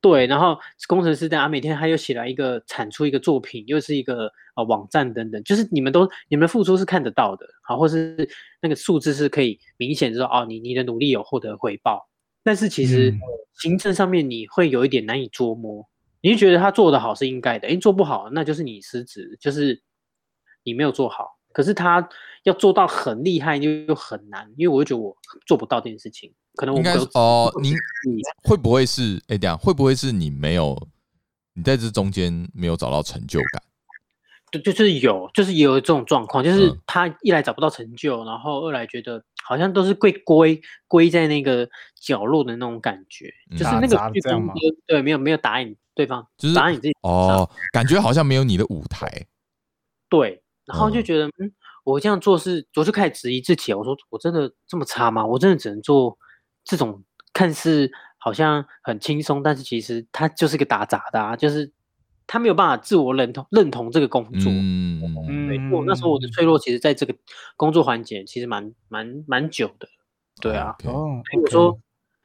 A: 对，然后工程师在啊，每天他又写来一个产出一个作品，又是一个呃网站等等，就是你们都你们付出是看得到的，好，或是那个数字是可以明显知道哦，你你的努力有获得回报，但是其实
B: 嗯
A: 行政上面你会有一点难以捉摸，你就觉得他做得好是应该的，因为做不好那就是你失职，就是你没有做好，可是他要做到很厉害又又很难，因为我就觉得我做不到这件事情，可能我
C: 应
A: 们
C: 该
A: 都
C: 是哦，您
A: 你
C: 会不会是哎、等一下会不会是你没有你在这中间没有找到成就感？
A: 对，就是有，就是也有这种状况，就是
C: 嗯
A: 他一来找不到成就，然后二来觉得好像都是归归归在那个角落的那种感觉，就是
C: 嗯
A: 那个
B: 打杂
A: 聚
B: 这样
A: 光
B: 吗
A: 灯对，没有没有打你对方，
C: 就是
A: 打你自己
C: 哦，
A: 啊
C: 感觉好像没有你的舞台，
A: 对，然后就
C: 嗯
A: 觉得嗯我这样做是，我就开始质疑自己，啊我说我真的这么差吗？我真的只能做这种看似好像很轻松，但是其实他就是个打杂的啊，就是他没有办法自我认同认同这个工作，
C: 嗯，
A: 对，因为我那时候我的
B: 嗯
A: 脆弱，其实在这个工作环节其实蛮蛮蛮久的。对啊，
C: OK，
B: 哦，
A: 所以我
B: OK
A: 说，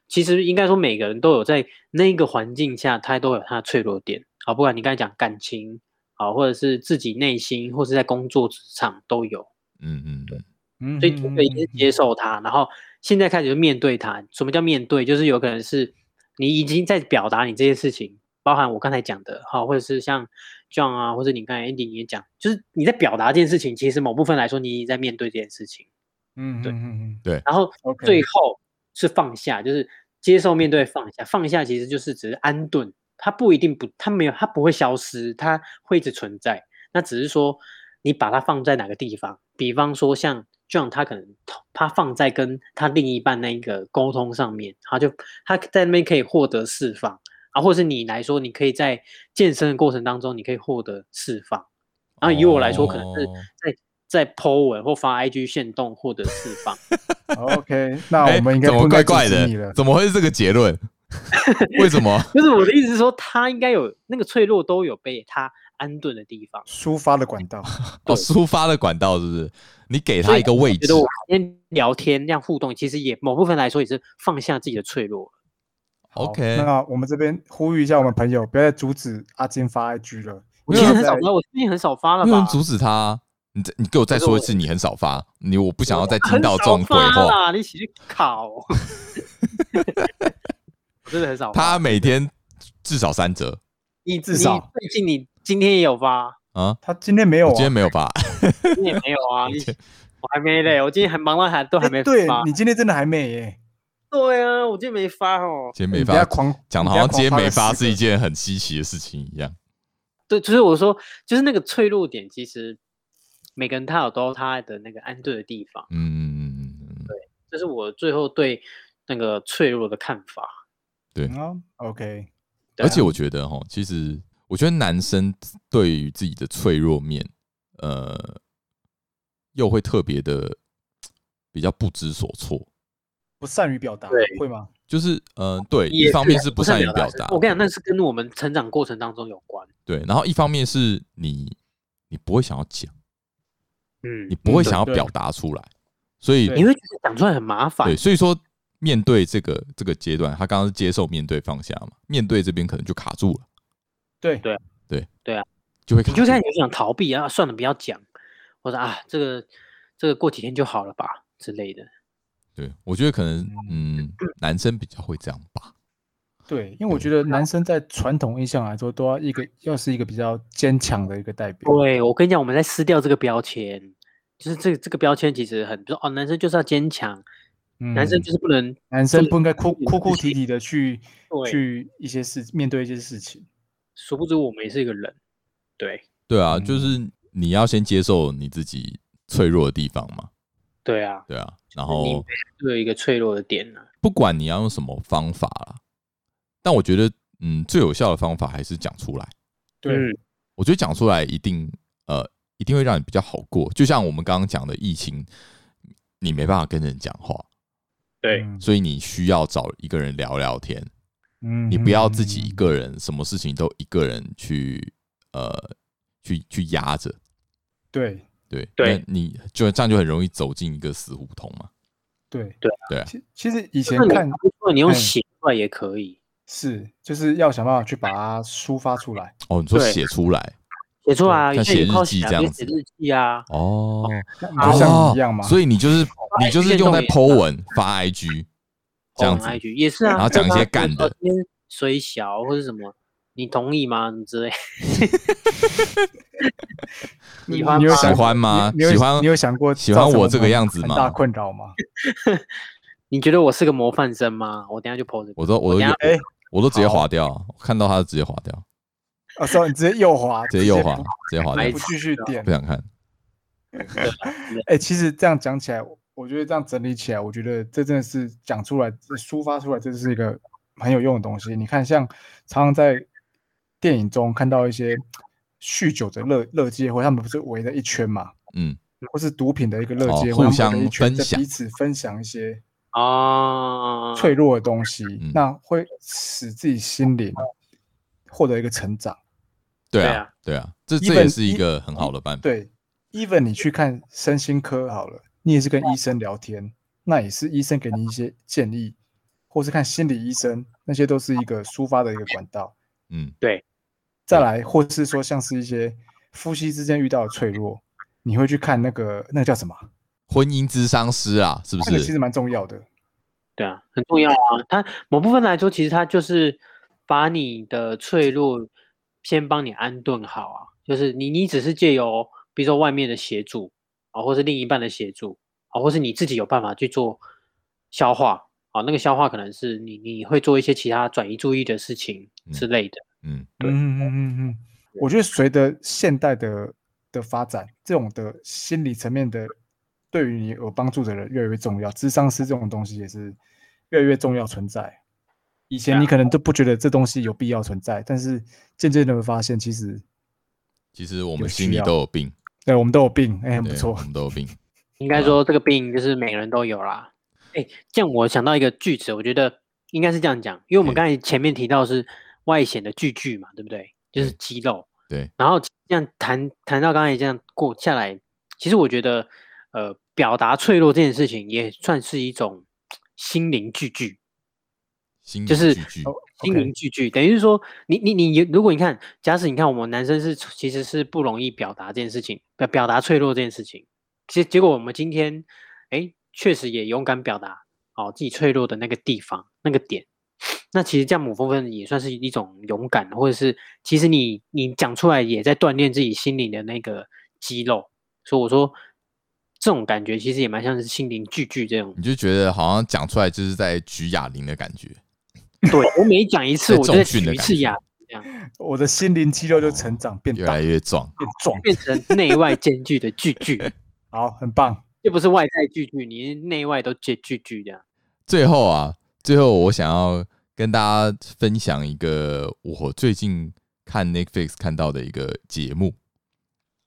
A: 其实应该说每个人都有在那个环境下，他都有他的脆弱点。好，不管你刚才讲感情，好，或者是自己内心，或是在工作职场都有。
C: 嗯嗯嗯，
B: 嗯
A: 所以第一个
B: 嗯
A: 也是
B: 嗯嗯
A: 接受它，然后现在开始就面对它。什么叫面对？就是有可能是你已经在表达你这些事情，包含我刚才讲的，好，或者是像 John 啊，或者你刚才 Andy 你也讲，就是你在表达这件事情，其实某部分来说，你已经在面对这件事情。
B: 嗯，
A: 对
B: 嗯嗯嗯
A: 然后
B: OK
A: 最后是放下，就是接受面对放下。放下其实就是只是安顿，它不一定不，它没有，它不会消失，它会一直存在。那只是说你把它放在哪个地方，比方说像 John，他可能他放在跟他另一半那一个沟通上面，他就他在那边可以获得释放啊，或是你来说，你可以在健身的过程当中，你可以获得释放。然后以我来说，可能是
C: 哦
A: 在在 Po 文或发 IG 限动获得释放。
B: ，OK，那
C: 哎
B: 我们应该
C: 怎
B: 不
C: 么
B: 应
C: 怪
B: 该
C: 怪
B: 阻止你了
C: 的？，怎么会是这个结 论？为什么？
A: 不是我的意思是说，他应该有那个脆弱都有被他安顿的地方。
B: 抒发的 管道，
C: 哦，
A: 对
C: 抒发的管道是不是？你给他
A: 所以
C: 一个位
A: 觉
C: 置
A: 得我今天聊天这样互动，其实也某部分来说也是放下自己的脆弱。
B: 好
C: ，OK，
B: 那我们这边呼吁一下我们朋友，不要再阻止阿金发 IG 了。
A: 我
B: 因
A: 其
B: 为
A: 实
B: 他在
A: 很少发，我最近很少发了
C: 啊没有人
A: 吧？
C: 阻止他啊。你再你给我再
A: 可是
C: 说一
A: 我
C: 次，你很少发，你我不想要再听
A: 很
C: 到
A: 少
C: 这种鬼
A: 发
C: 话。
A: 啦，你起去考。 我真的很少发。
C: 他每天至少三折
A: 你
B: 至少
A: 你最近你今天也有发，
C: 啊，
B: 他今天没有
C: 我
B: 啊
C: 今，天没有发，
A: 你也没有啊？ 你
C: 天
A: 我还没嘞，我今天还忙到还都
B: 哎
A: 还没
B: 对
A: 发。
B: 你今天真的还没耶，
A: 对啊，我今天没发哦。
C: 今天
B: 你
C: 没
B: 不要
C: 发，
B: 狂
C: 讲的好
B: 你不要
C: 像今天
B: 狂
C: 没
B: 发
C: 发
B: 了十
C: 是一
B: 个
C: 件很稀奇的事情一样。
A: 对，就是我说，就是那个脆弱点，其实每个人他有都他的那个安顿的地方，
C: 嗯，
A: 这是我最后对那个脆弱的看法。
C: 对
B: 啊，OK，
A: 对啊
C: 而且我觉得哈，其实我觉得男生对于自己的脆弱面，呃，又会特别的比较不知所措，
B: 不善于表达
A: 对，
B: 会吗？
C: 就是呃，对，
A: 哦也啊
C: 一方面是不善于
A: 表
C: 表
A: 是
C: 达，
A: 我跟你讲，那是跟我们成长过程当中有关。
C: 对，然后一方面是你你不会想要讲，
A: 嗯
C: 你，不会
B: 对
C: 想要
B: 对
C: 表达出来，所以
B: 对
A: 你会觉得讲出来很麻烦
C: 对，。所以说面对这个这个阶段，他刚刚是接受、面对、放下嘛，面对这边可能就卡住了，
B: 对
A: 对
C: 就会卡
A: 你就
C: 住
A: 开始想逃避啊，算了，不要讲，或者啊，这个这个过几天就好了吧之类的。
C: 对，我觉得可能嗯，男生比较会这样吧，
B: 对，因为我觉得男生在传统印象来说，都要一个要是一个比较坚强的一个代表。
A: 对，我跟你讲，我们在撕掉这个标签，就是这个这个标签其实很，比如说哦，男生就是要坚强，男生
B: 嗯
A: 就是不能
B: 男生不应该哭
A: 对
B: 哭哭啼啼的去
A: 对
B: 去一些事面对一些事情。
A: 殊不知我们也是一个人，对
C: 对啊，
B: 嗯
C: 就是你要先接受你自己脆弱的地方嘛，
A: 对啊，
C: 对啊，然
A: 你
C: 后
A: 都有一个脆弱的点啊呢、
C: 不管你要用什么方法啦，但我觉得嗯，最有效的方法还是讲出来。
B: 对，
A: 嗯
C: 我觉得讲出来一定呃一定会让你比较好过。就像我们刚刚讲的疫情，你没办法跟人讲话，
A: 对，
B: 嗯
C: 所以你需要找一个人聊聊天。
B: 嗯
C: 你不要自己一
A: 嗯
C: 个人，什么事情都一个人去呃去去压着，
B: 对
C: 对
A: 对，
C: 那你就这样就很容易走进一个死胡同嘛。
B: 对
A: 对
C: 对啊
B: 其其实以
A: 就
B: 前
A: 是你
B: 看
A: 不错，你用
B: 嗯
A: 写出来也可以，
B: 是就是要想办法去把它抒发出来。
C: 哦，你说
A: 对
C: 写出来
A: 写出来啊，
C: 对
A: 有
C: 像
A: 些人
C: 写
A: 靠
C: 日记
A: 写
C: 这
A: 啊
C: 样
A: 有些
C: 子
A: 写日记啊，
C: 哦，
B: 那你就像
C: 哦
B: 你一样嘛，
C: 所以你就是你就是用在
A: 运
C: Po 文发 IG 这样子，
A: IG 也是啊，
C: 然后讲一
A: 对
C: 些
A: 吧
C: 干
A: 比如说
C: 的
A: 今天水小或者什么，你同意吗？之类，
B: 你
A: 喜欢
B: 你有
A: 吗
B: 想
C: 喜欢吗？
B: 你你有
C: 喜欢
B: 你有想过
C: 喜欢
B: 造成
C: 我
B: 们
C: 这个样子
B: 很
C: 吗？
B: 大困扰吗？
A: 你觉得我是个模范生吗？我等一下就 po 这个。
C: 我都我都
A: 等一下
B: 哎，
C: 我都直接
B: 好
C: 划掉，我看到他就直接划掉，
B: 啊，算了，你直接右滑，
C: 直接右滑
B: 不，
C: 直接划
A: 白
C: 掉
B: 不，继续点
C: 不。想看。
B: 哎，其实这样讲起来，我觉得这样整理起来，我觉得这真的是讲出来、抒发出来，这是一个很有用的东西。你看，像常常在电影中看到一些酗酒的乐乐界会，他们不是围着一圈嘛，
C: 嗯，
B: 或是毒品的一个乐
C: 哦
B: 界
C: 互
B: 会，他们围
C: 相
B: 着一圈
C: 分
B: 在
C: 享
B: 彼此分享一些
A: 啊，
B: 脆弱的东西，
C: 嗯
B: 那会使自己心灵获得一个成长。
C: 对
A: 对
C: 啊
A: 啊，
C: 对啊，这
B: Even-
C: 这也是一个很好的办法。
B: 对，even 你去看身心科好了，你也是跟医生聊天，那也是医生给你一些建议，或是看心理医生，那些都是一个抒发的一个管道。
C: 嗯，
B: 再来，或是说像是一些夫妻之间遇到的脆弱，你会去看那个那个叫什么？啊
C: 婚姻智商师啊，是不
B: 那个其
C: 是？
B: 实蛮重要的。
A: 对啊，很重要啊。它某部分来说，其实它就是把你的脆弱先帮你安顿好啊。就是你，你只是借由比如说外面的协助啊，或是另一半的协助啊，或是你自己有办法去做消化啊。那个消化可能是你你会做一些其他转移注意的事情之
C: 嗯
A: 类的。
C: 嗯，
A: 对
B: 嗯嗯嗯嗯，我觉得随着现代的的发展，这种的心理层面的对于你有帮助的人越来越重要，智商师这种东西也是越来越重要存在。以前你可能都不觉得这东西有必要存在，但是渐渐的会发现，其实
C: 其实我
B: 有
C: 们
B: 需
C: 心里
B: 要
C: 都有病，
B: 对我们都有病，哎、很不
C: 对
B: 错
C: 我。们都有病。
A: 应
C: 啊
A: 该说这个病就是每个人都有啦。哎，这样我想到一个句子，我觉得应该是这样讲，因为我们
C: 嘿
A: 刚才前面提到是外显的巨巨嘛，对不对？就是
C: 对
A: 肌肉。
C: 对。
A: 然后这样谈谈到刚才这样过下来，其实我觉得，呃，表达脆弱这件事情也算是一种心灵巨巨。
C: 心
A: 就
C: 理
A: 是
C: 聚聚
B: 哦
A: 心
B: OK
A: 灵聚聚，等于是说，你你你，如果你看，假使你看我们男生是其实是不容易表达这件事情，表表达脆弱这件事情，其实结果我们今天，哎，确实也勇敢表达哦自己脆弱的那个地方那个点，那其实这样某部分也算是一种勇敢，或者是其实你你讲出来也在锻炼自己心里的那个肌肉，所以我说这种感觉其实也蛮像是心灵聚聚这种
C: 你，就觉得好像讲出来就是在举哑铃的感觉，
A: 对我每讲一次
C: 在
A: 我就
C: 重
A: 在
C: 训
A: 举
C: 的
A: 一
C: 感
A: 次
C: 觉
A: 哑铃这样。样，
B: 我的心灵肌肉就成长变
C: 越
B: 大
C: 来
B: 变
C: 越壮。
B: 壮，
A: 变成内外兼具的巨 巨，
B: 好，很棒。
A: 又不是外在巨巨，你内外都兼巨巨这样。
C: 最后啊，最后我想要跟大家分享一个我最近看 Netflix 看到的一个节目，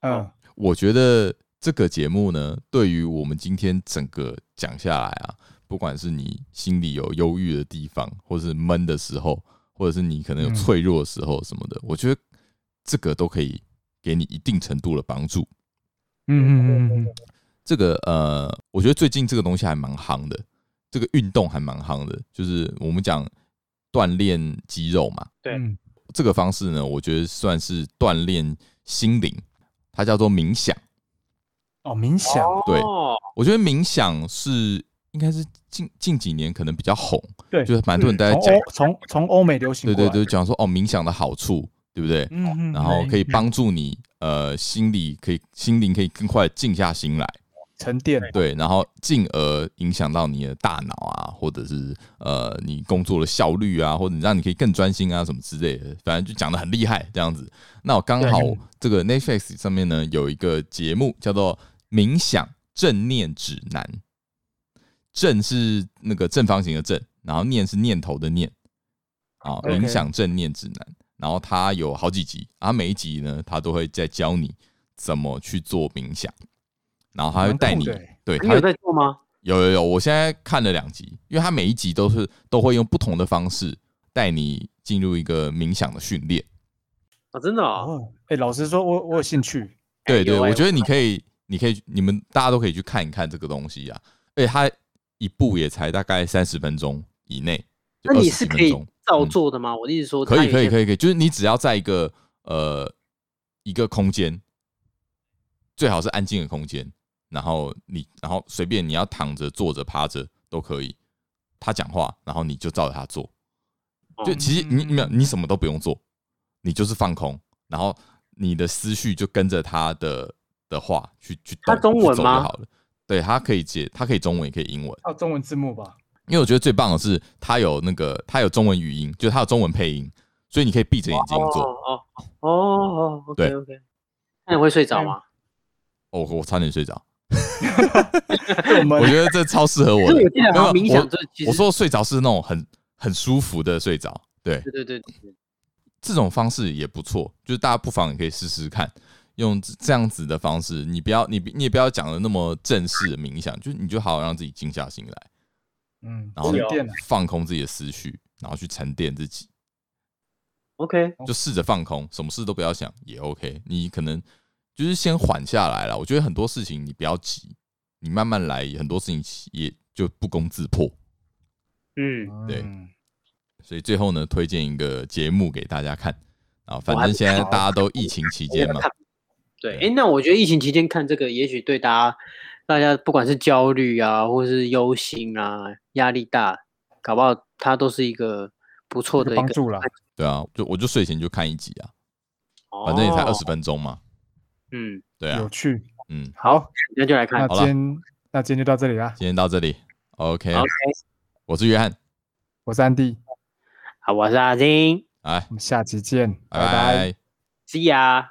B: 嗯，
A: 哦
C: 我觉得这个节目呢，对于我们今天整个讲下来啊，不管是你心里有忧郁的地方，或是闷的时候，或者是你可能有
B: 嗯
C: 脆弱的时候什么的，我觉得这个都可以给你一定程度的帮助。
B: 嗯嗯嗯嗯
C: 这个呃，我觉得最近这个东西还蛮夯的，这个运动还蛮夯的，就是我们讲锻炼肌肉嘛，
A: 对
B: 嗯，
C: 这个方式呢，我觉得算是锻炼心灵，它叫做冥想。
B: 哦，冥想，
C: 对
A: 哦
C: 我觉得冥想是应该是近近几年可能比较红，
B: 对
C: 就是蛮多人
A: 嗯
C: 在
B: 从
C: 讲，
B: 欧从从欧美流行
C: 对
B: 过
C: 对对，
B: 来，
C: 讲说哦冥想的好处，对不对？
B: 嗯，嗯嗯，
C: 然后可以
B: 嗯
C: 帮助你呃心理可以心灵可以更快地静下心来，
B: 沉淀，
C: 对，然后进而影响到你的大脑啊，或者是呃你工作的效率啊，或者你让你可以更专心啊什么之类的，反正就讲的很厉害这样子。那我刚好
B: 对
C: 这个 Netflix 上面呢有一个节目叫做《冥想正念指南》，正是那个正方形的正，然后念是念头的念，啊，
B: OK
C: 冥想正念指南。然后它有好几集，啊，每一集呢，它都会在教你怎么去做冥想，然后它会
B: 蛮
C: 带
B: 酷
C: 你
B: 的欸，
C: 对，它
A: 你
C: 会
A: 有在做吗？
C: 有有有，我现在看了两集，因为它每一集都是都会用不同的方式带你进入一个冥想的训练。
A: 哦，真的哦，
B: 哦，哎，老实说，我我有兴 趣，
A: 哎
C: 对对，
A: 有哎
C: 我觉得你可以，你可以，你们大家都可以去看一看这个东西啊。而且它一部也才大概三十分钟以内，就
A: 那你
C: 20
A: 是
C: 几分
A: 可以
C: 钟
A: 照
C: 嗯
A: 做的吗？我的意思说，
C: 可以可以可
A: 以，
C: 以可以，就是你只要在一个呃一个空间，最好是安静的空间，然后你然后随便你要躺着、坐着、趴着都可以。他讲话，然后你就照着他做。就
A: 哦
C: 其实你你没有你什么都不用做，你就是放空，然后你的思绪就跟着他的的话去去
A: 它
C: 动
A: 中
C: 去
A: 文
C: 走
A: 吗
C: 就好了。对，它可以解，它可以中文也可以英文。
B: 还有中文字幕吧？
C: 因为我觉得最棒的是它有那个它有中文语音，就是它有中文配音，所以你可以闭着眼睛做。
A: 哦哦哦哦
C: 对
A: ，OK OK，那你会睡着吗？
C: 哦，我我差点睡着，
B: 对我们
C: 我觉得这超适合我
A: 可
C: 的。
A: 是我记得好像
C: 没
A: 冥
C: 有
A: 想这其
C: 我
A: 实
C: 我说睡着是那种很很舒服的睡着，对，
A: 对对对对对
C: 这种方式也不错，就是大家不妨也可以试试看，用这这样子的方式，你不要你你也不要讲的那么正式的冥想，就是你就好好让自己静下心来，
B: 嗯，
C: 然后
B: 沉
A: 有
B: 淀了，
C: 放空自己的思绪，然后去沉淀自己，
A: ，OK，
C: 就试着放空，什么事都不要想也 OK。你可能就是先缓下来了，我觉得很多事情你不要急，你慢慢来，很多事情也就不攻自破。
A: 嗯，
C: 对
B: 嗯
C: 所以最后呢，推荐一个节目给大家看啊，反
A: 我还
C: 正
A: 没
C: 现在
A: 看
C: 大家都疫情期间嘛，
A: 对，
C: 对
A: 哎，那我觉得疫情期间看这个，也许对大家，大家不管是焦虑啊，或是忧心啊，压力大，搞不好它都是一个不错
B: 一个
A: 的一个
B: 帮助啦。
C: 对啊，就我就睡前就看一集啊，
A: 哦
C: 反正也才二十，分钟嘛，
A: 嗯，
C: 对
B: 有
C: 啊，
B: 趣。
C: 嗯，
B: 好，
A: 那就来看
B: 那
C: 好啦
B: 今天那今天就到这里啦。
C: 今天到这里，OK，
A: ，OK，
C: 我是约翰，
B: 我是安迪，
A: 好，我是阿金
C: 来，
B: 我们下期见，
C: 哎拜
B: 拜
C: 拜。
A: ，See ya。